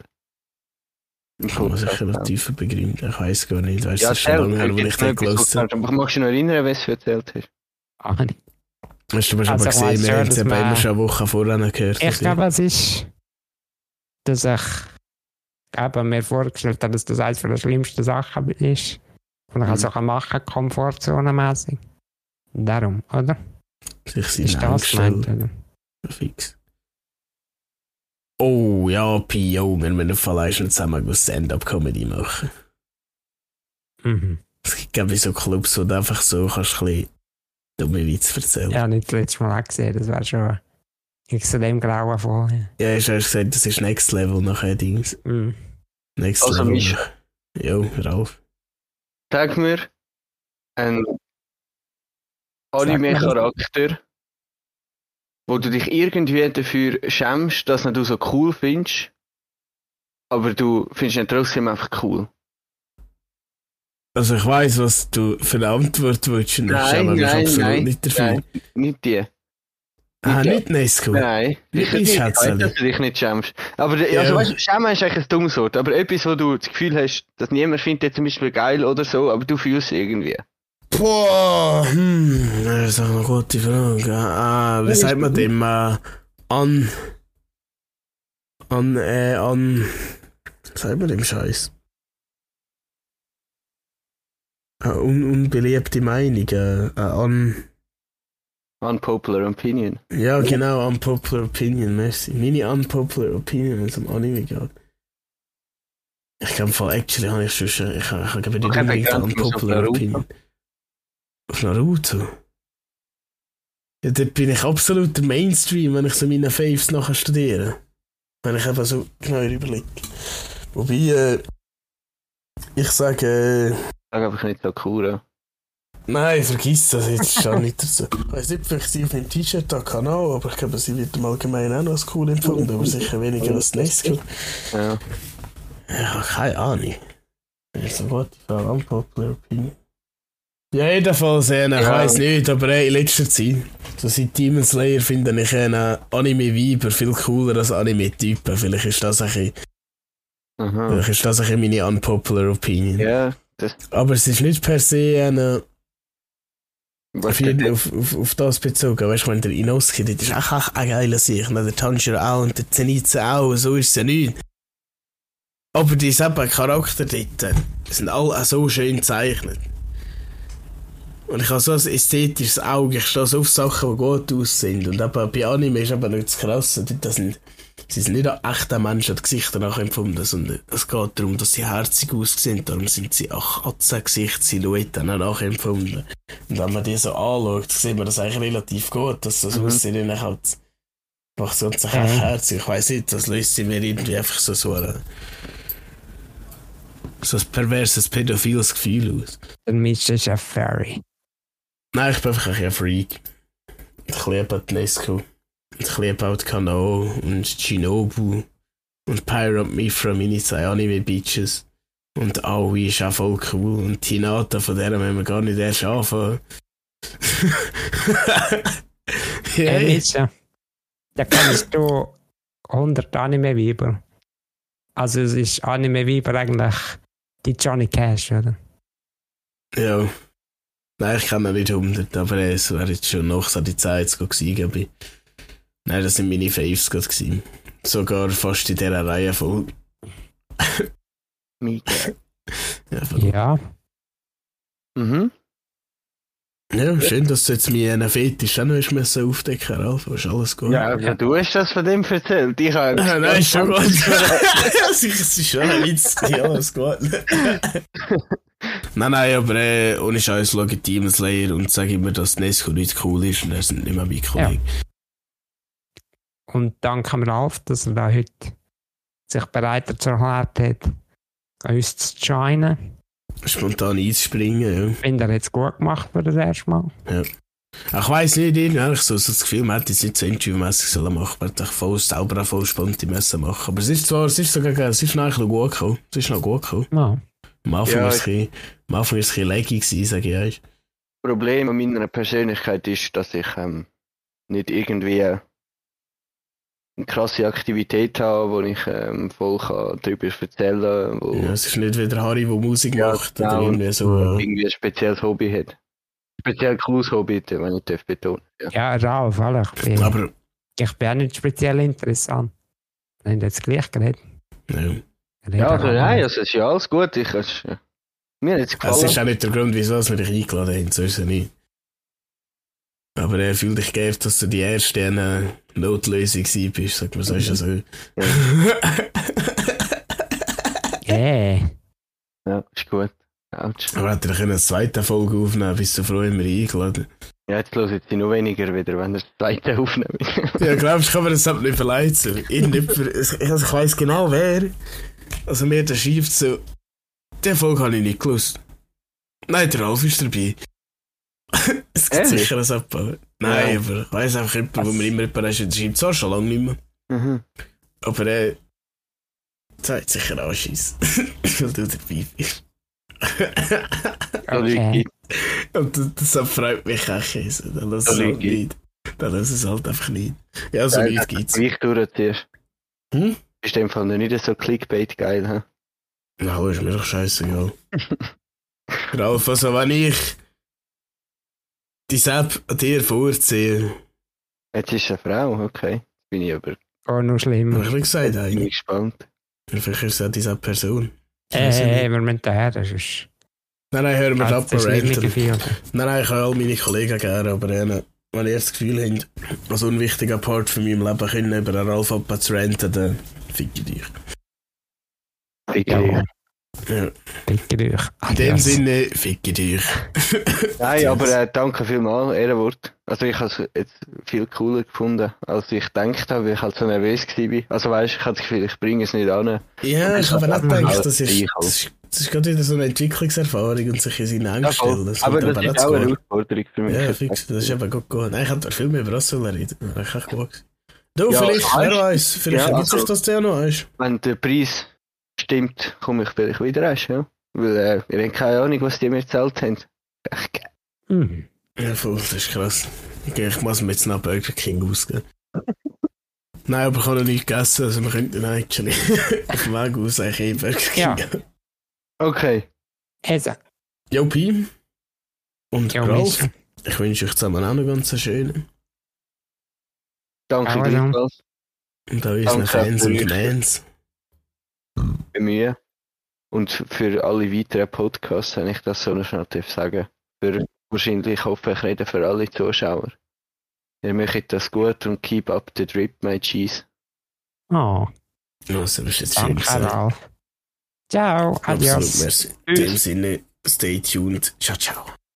B: Im
C: kann man sich
B: Podcast, ja.
C: relativ begründen, ich weiß gar nicht, weißt du,
B: Ja,
C: das ist schon
B: erzähl.
C: lange her, wo ich den gelesen habe.
B: Magst du noch erinnern, was du erzählt hast?
A: Ach,
C: Hast du aber schon mal
A: Also, ich
C: gesehen,
A: weiss
C: wir
A: schon,
C: haben es
A: dass
C: eben
A: man-
C: immer schon eine Woche vorher gehört.
A: Ich
C: also-
A: glaube, es ist, dass ich eben mir vorgestellt habe, dass das eines der schlimmsten Sachen ist. Und ich
B: Mhm.
A: also kann machen, komfortzonenmässig. Darum, oder?
C: sich seine
A: Ist das
C: Angststelle
A: gemeint, oder?
C: fix. Oh ja, Pio, wir müssen vielleicht schon zusammen gut Stand-up-Comedy machen.
A: Mhm.
C: Es gibt glaube ich so Clubs, wo du einfach so kannst ein bisschen dumme Witze erzählen. Ja.
A: Ja, nicht das letzte Mal auch gesehen, das wäre schon extrem grauenvoll. Ja.
C: ja, hast du erst gesagt, das ist Next Level nachher Dings.
B: Mm.
A: Mhm.
C: Next
B: Also,
C: Level.
B: Misch.
C: Jo, Ralf.
B: Sag mir einen Anime-Charakter, wo du dich irgendwie dafür schämst, dass nicht du so cool findest, aber du findest ihn trotzdem einfach cool.
C: Also ich weiss, was du für eine Antwort willst und ich
B: Nein,
C: schäme mich
B: nein,
C: absolut
B: nein,
C: nicht dafür.
B: nein. Nicht die.
C: Ah,
B: nicht die.
C: nicht nice cool.
B: Nein,
C: Nicht
B: sicher nicht. Ich
C: einschätzen.
B: weiß, dass du dich nicht schämst. Aber der- also,
C: Ja.
B: weißt, du, schämen ist eigentlich ein dummes Wort, aber etwas, wo du das Gefühl hast, dass niemand findet, den zum Beispiel geil oder so, aber du fühlst es irgendwie.
C: Boah, hm, das ist auch eine gute Frage. Ah, ah, wie sagt man dem? Äh, an. An, äh, an. Was sagt man dem Scheiß? Eine Äh, un unbeliebte Meinung. Äh, äh, an.
B: Unpopular Opinion.
C: Ja, genau, unpopular opinion, merci. Meine unpopular opinion, wenn es um Anime geht. Ich kann voll, actually, habe ich schon, ich habe, ich habe nicht
B: Okay,
C: unbedingt eine
B: dann gehen wir auf
C: unpopular
B: Naruto.
C: opinion. Auf Naruto? Ja, dort bin ich absolut der Mainstream, wenn ich so meine Faves nachher studiere. Wenn ich eben so genau überlege. Wobei, äh, ich sage, äh,
B: Sag einfach nicht so cool. ja.
C: Nein, vergiss das jetzt schon nicht dazu. Ich weiß nicht, vielleicht sie auf dem T-Shirt da kann auch, aber ich glaube, sie wird im Allgemeinen auch noch als cool empfunden, aber sicher weniger als Nesco.
B: Ja.
C: Ja, keine Ahnung. Das ist eine gute Frage, unpopular opinion. Ja, jedenfalls, äh, ich
B: Ja.
C: weiß nicht, aber äh, in letzter Zeit, so seit Demon Slayer finde ich äh, Anime-Weiber viel cooler als Anime-Typen. Vielleicht ist das ein bisschen,
B: Aha.
C: vielleicht ist das ein bisschen meine unpopular opinion.
B: Ja, das
C: Aber es ist nicht per se eine,
B: was
C: auf, jeden- auf, auf, auf das bezogen. Weißt du, wenn der Inosuke, das ist auch auch ein geiler Sieg. Und der Tanjiro auch und der Zenitsu auch, so ist es ja nicht. Aber die selben Charakter dort die sind alle auch so schön gezeichnet. Und ich habe so ein ästhetisches Auge, ich stehe so auf Sachen, die gut aussehen. Und eben bei Anime ist eben nicht das Krasse, dort das sind, sie sind nicht an echten Menschen die Gesichter nachempfunden, sondern es geht darum, dass sie herzig aussehen, darum sind sie auch Katzengesicht-Silhouetten nachempfunden. Und wenn man die so anschaut, sieht man das eigentlich relativ gut, dass das
B: Mhm.
C: Aussehen halt macht das Ganze
A: Mhm.
C: echt herzig. Ich weiss nicht, das löst sie mir irgendwie einfach so so ein, so ein perverses, pädophiles Gefühl aus.
A: Dann mischst du ein Fairy.
C: Nein, ich bin einfach ein bisschen ein Freak. Ich liebe Tedesco. Und Ich liebe auch die Kanao und Shinobu. Und Pirate Mifra, meine zwei Anime-Bitches. Und Aoi ist auch voll cool. Und Tinata, von der haben wir gar nicht erst anfangen.
A: Hey.
C: yeah.
A: Nische, da kennst du 100 Anime-Weiber. Also es ist Anime-Weiber eigentlich die Johnny Cash, oder?
C: Ja. Nein, ich kenne nicht 100, aber äh, es wäre jetzt schon noch so die Zeit zu gewesen, glaube ich. Nein, das sind meine Faves gerade gewesen. Sogar fast in dieser Reihe voll.
B: Mega.
C: Ja, voll.
A: Ja.
B: Mhm.
C: Ja, schön, dass du jetzt meinen Fetisch auch noch hast müssen aufdecken Ralf. Ist alles gut?
B: Ja, aber du hast das von dem erzählt. Ich habe
C: Ah, Nein, ist schon gut. Es ist schon ein Witz. Ja, alles gut. nein, nein, aber äh, ohne Scheiß schaue ich Demon Slayer und sage immer, dass Nesco nicht cool ist und er sind nicht mehr mein Kollege.
A: Und danke mir Ralf, dass er da heute sich bereit dazu erklärt hat, uns zu joinen.
C: Spontan einzuspringen, ja.
A: Ich finde, er hat es gut gemacht für das erste Mal.
C: Ich weiss nicht, irgendwie so, so das Gefühl, man hätte jetzt nicht so interviewmässig sollen machen, man hätte voll sauber und voll spannend die Messe machen. Aber es ist zwar, es ist sogar, es ist noch gut gekommen. Es ist noch gut gekommen.
A: Ja.
C: Am Anfang
B: Ja,
C: war es ein bisschen- am Anfang war es ein bisschen laggy gewesen, sag ich euch.
B: Problem an meiner Persönlichkeit ist, dass ich ähm, nicht irgendwie eine krasse Aktivität habe, wo ich ähm, voll kann darüber erzählen kann, wo
C: Ja, es ist nicht wie der Harry, der Musik
B: Oh. Ja,
C: macht
B: genau.
C: oder irgendwie so. Ja.
B: irgendwie ein spezielles Hobby hat. Speziell cooles Hobby, wenn ich darf betonen. Ja.
A: Ja, Ralf, alle. Ich bin,
C: Aber,
A: ich bin auch nicht speziell interessant. Wir haben jetzt gleich geredet.
C: ja.
B: Ja, also nein, also es ist ja alles gut. Ich, es, ja. mir hat es
C: Es
B: gefallen.
C: ist auch nicht der Grund, wieso wir dich eingeladen haben, so ist es nicht. Aber er fühlt dich geehrt, dass du die erste äh, Notlösung gewesen bist, sag mal, so
B: Mhm.
C: ist ja so.
A: Yeah.
B: ja, ist gut. Autsch.
C: Aber hätte er können eine zweite Folge aufnehmen bist du froh, haben wir dich eingeladen.
B: Ja, jetzt hören sie noch weniger wieder, wenn ihr das zweite aufnehmt.
C: Ja, glaubst du, kann man das halt nicht verleiten? Irgendjemand, also ich weiss genau wer. Also mir der schreibt so, die Folge habe ich nicht gewusst. Nein, der Ralf ist dabei. es gibt
B: Ehrlich?
C: sicher ein Abbau. Nein,
B: Ja.
C: aber ich weiss einfach jemanden, wo mir immer jemand ist, der schreibt zwar schon lange nicht mehr,
B: Mhm.
C: aber äh, zeigt sicher auch Scheiss, weil du dabei bist.
B: So Leute
A: Okay.
B: gibt's.
C: Und das, das freut mich auch, also, dann lass es
B: Ja,
C: halt
B: Leute.
C: nicht. Dann lass es halt einfach nicht. Ja, so
B: Ja,
C: Leute gibt's.
B: Wie ich durchziehe.
C: Hm?
B: Ist in dem Fall noch nicht so Clickbait geil, hä?
C: Na, ist mir doch scheißegal. Ralf, also wenn ich die Sepp an dir vorziehe,
B: Jetzt ist es eine Frau, okay. Jetzt bin ich aber
A: Oh, noch
C: habe
A: schlimmer.
C: ich nicht gesagt,
B: bin ich
C: eine.
B: gespannt.
C: Vielleicht ist es auch die Sepp Person. Ich
A: Hey,
C: weiss
A: hey,
C: nicht.
A: hey, wir müssen daher, das ist.
C: Nein, nein, hören wir
A: Äh, Das
C: ab,
A: ist nicht
C: Ranten.
A: viel.
C: Nein, nein, ich habe all meine Kollegen gerne, aber ihnen, wenn ihr das Gefühl habt, als unwichtiger Part von meinem Leben können, über den Ralf Appa zu ranten, dann fick ich dich.
A: Ja,
B: Wirklich.
C: Ja.
A: bitte durch.
C: In dem
A: Adios.
C: Sinne, fick ich dich.
B: Nein, aber äh, danke vielmals, Ehrenwort. Also ich habe es jetzt viel cooler gefunden, als ich gedacht habe, weil ich halt so nervös war. Also weißt, ich hatte das Gefühl, ich bringe es nicht an.
C: Ja, ich habe auch gedacht, das ist,
B: Ich auch.
C: das ist, das ist gerade wieder so eine Entwicklungserfahrung und sich in seinen
B: Ja,
C: Ängsten
B: voll.
C: stellen. Das
B: aber
C: kommt
B: das
C: eben
B: ist
C: nicht
B: auch
C: gut.
B: eine Herausforderung für mich.
C: Ja, fix, das ist eben gut gegangen. Nein, ich hätte viel mehr über das sollen reden sollen. Das echt gut. Du,
B: Ja,
C: vielleicht,
B: also,
C: wer weiß, vielleicht
B: ja,
C: ergibt
B: also-
C: sich das ja noch. Weißt.
B: Wenn der Preis stimmt, komme ich vielleicht wieder erst, ja. Weil äh, wir haben keine Ahnung, was die mir erzählt haben. Echt geil.
A: Mhm.
C: Ja, voll, das ist krass. Ich gehe, ich muss mir jetzt nach Burger King ausgehen. Nein, aber ich habe noch nicht gegessen, also wir könnten eigentlich auf dem Weg aus eigentlich eh Burger King.
A: Ja.
B: Okay.
A: Also,
C: Jo, Pi. Und
A: ja,
C: Ralf,
A: Mist.
C: ich wünsche euch zusammen auch einen ganz schönen.
B: Danke
A: Also.
B: gleichfalls.
C: Und auch unseren
B: Danke,
C: Fans und
B: Brüder.
C: Clans.
B: Bei mir. Und für alle weiteren Podcasts, wenn ich das so noch schnell darf sagen. Für, wahrscheinlich hoffe ich rede für alle Zuschauer. Ihr macht das gut und keep up the drip, my cheese.
A: Oh,
C: Also, das ist jetzt schön
A: danke,
C: gesagt.
A: Ralf. Ciao,
C: Absolut,
A: Ah, adios.
C: merci. In dem Sinne, stay tuned. Ciao, ciao.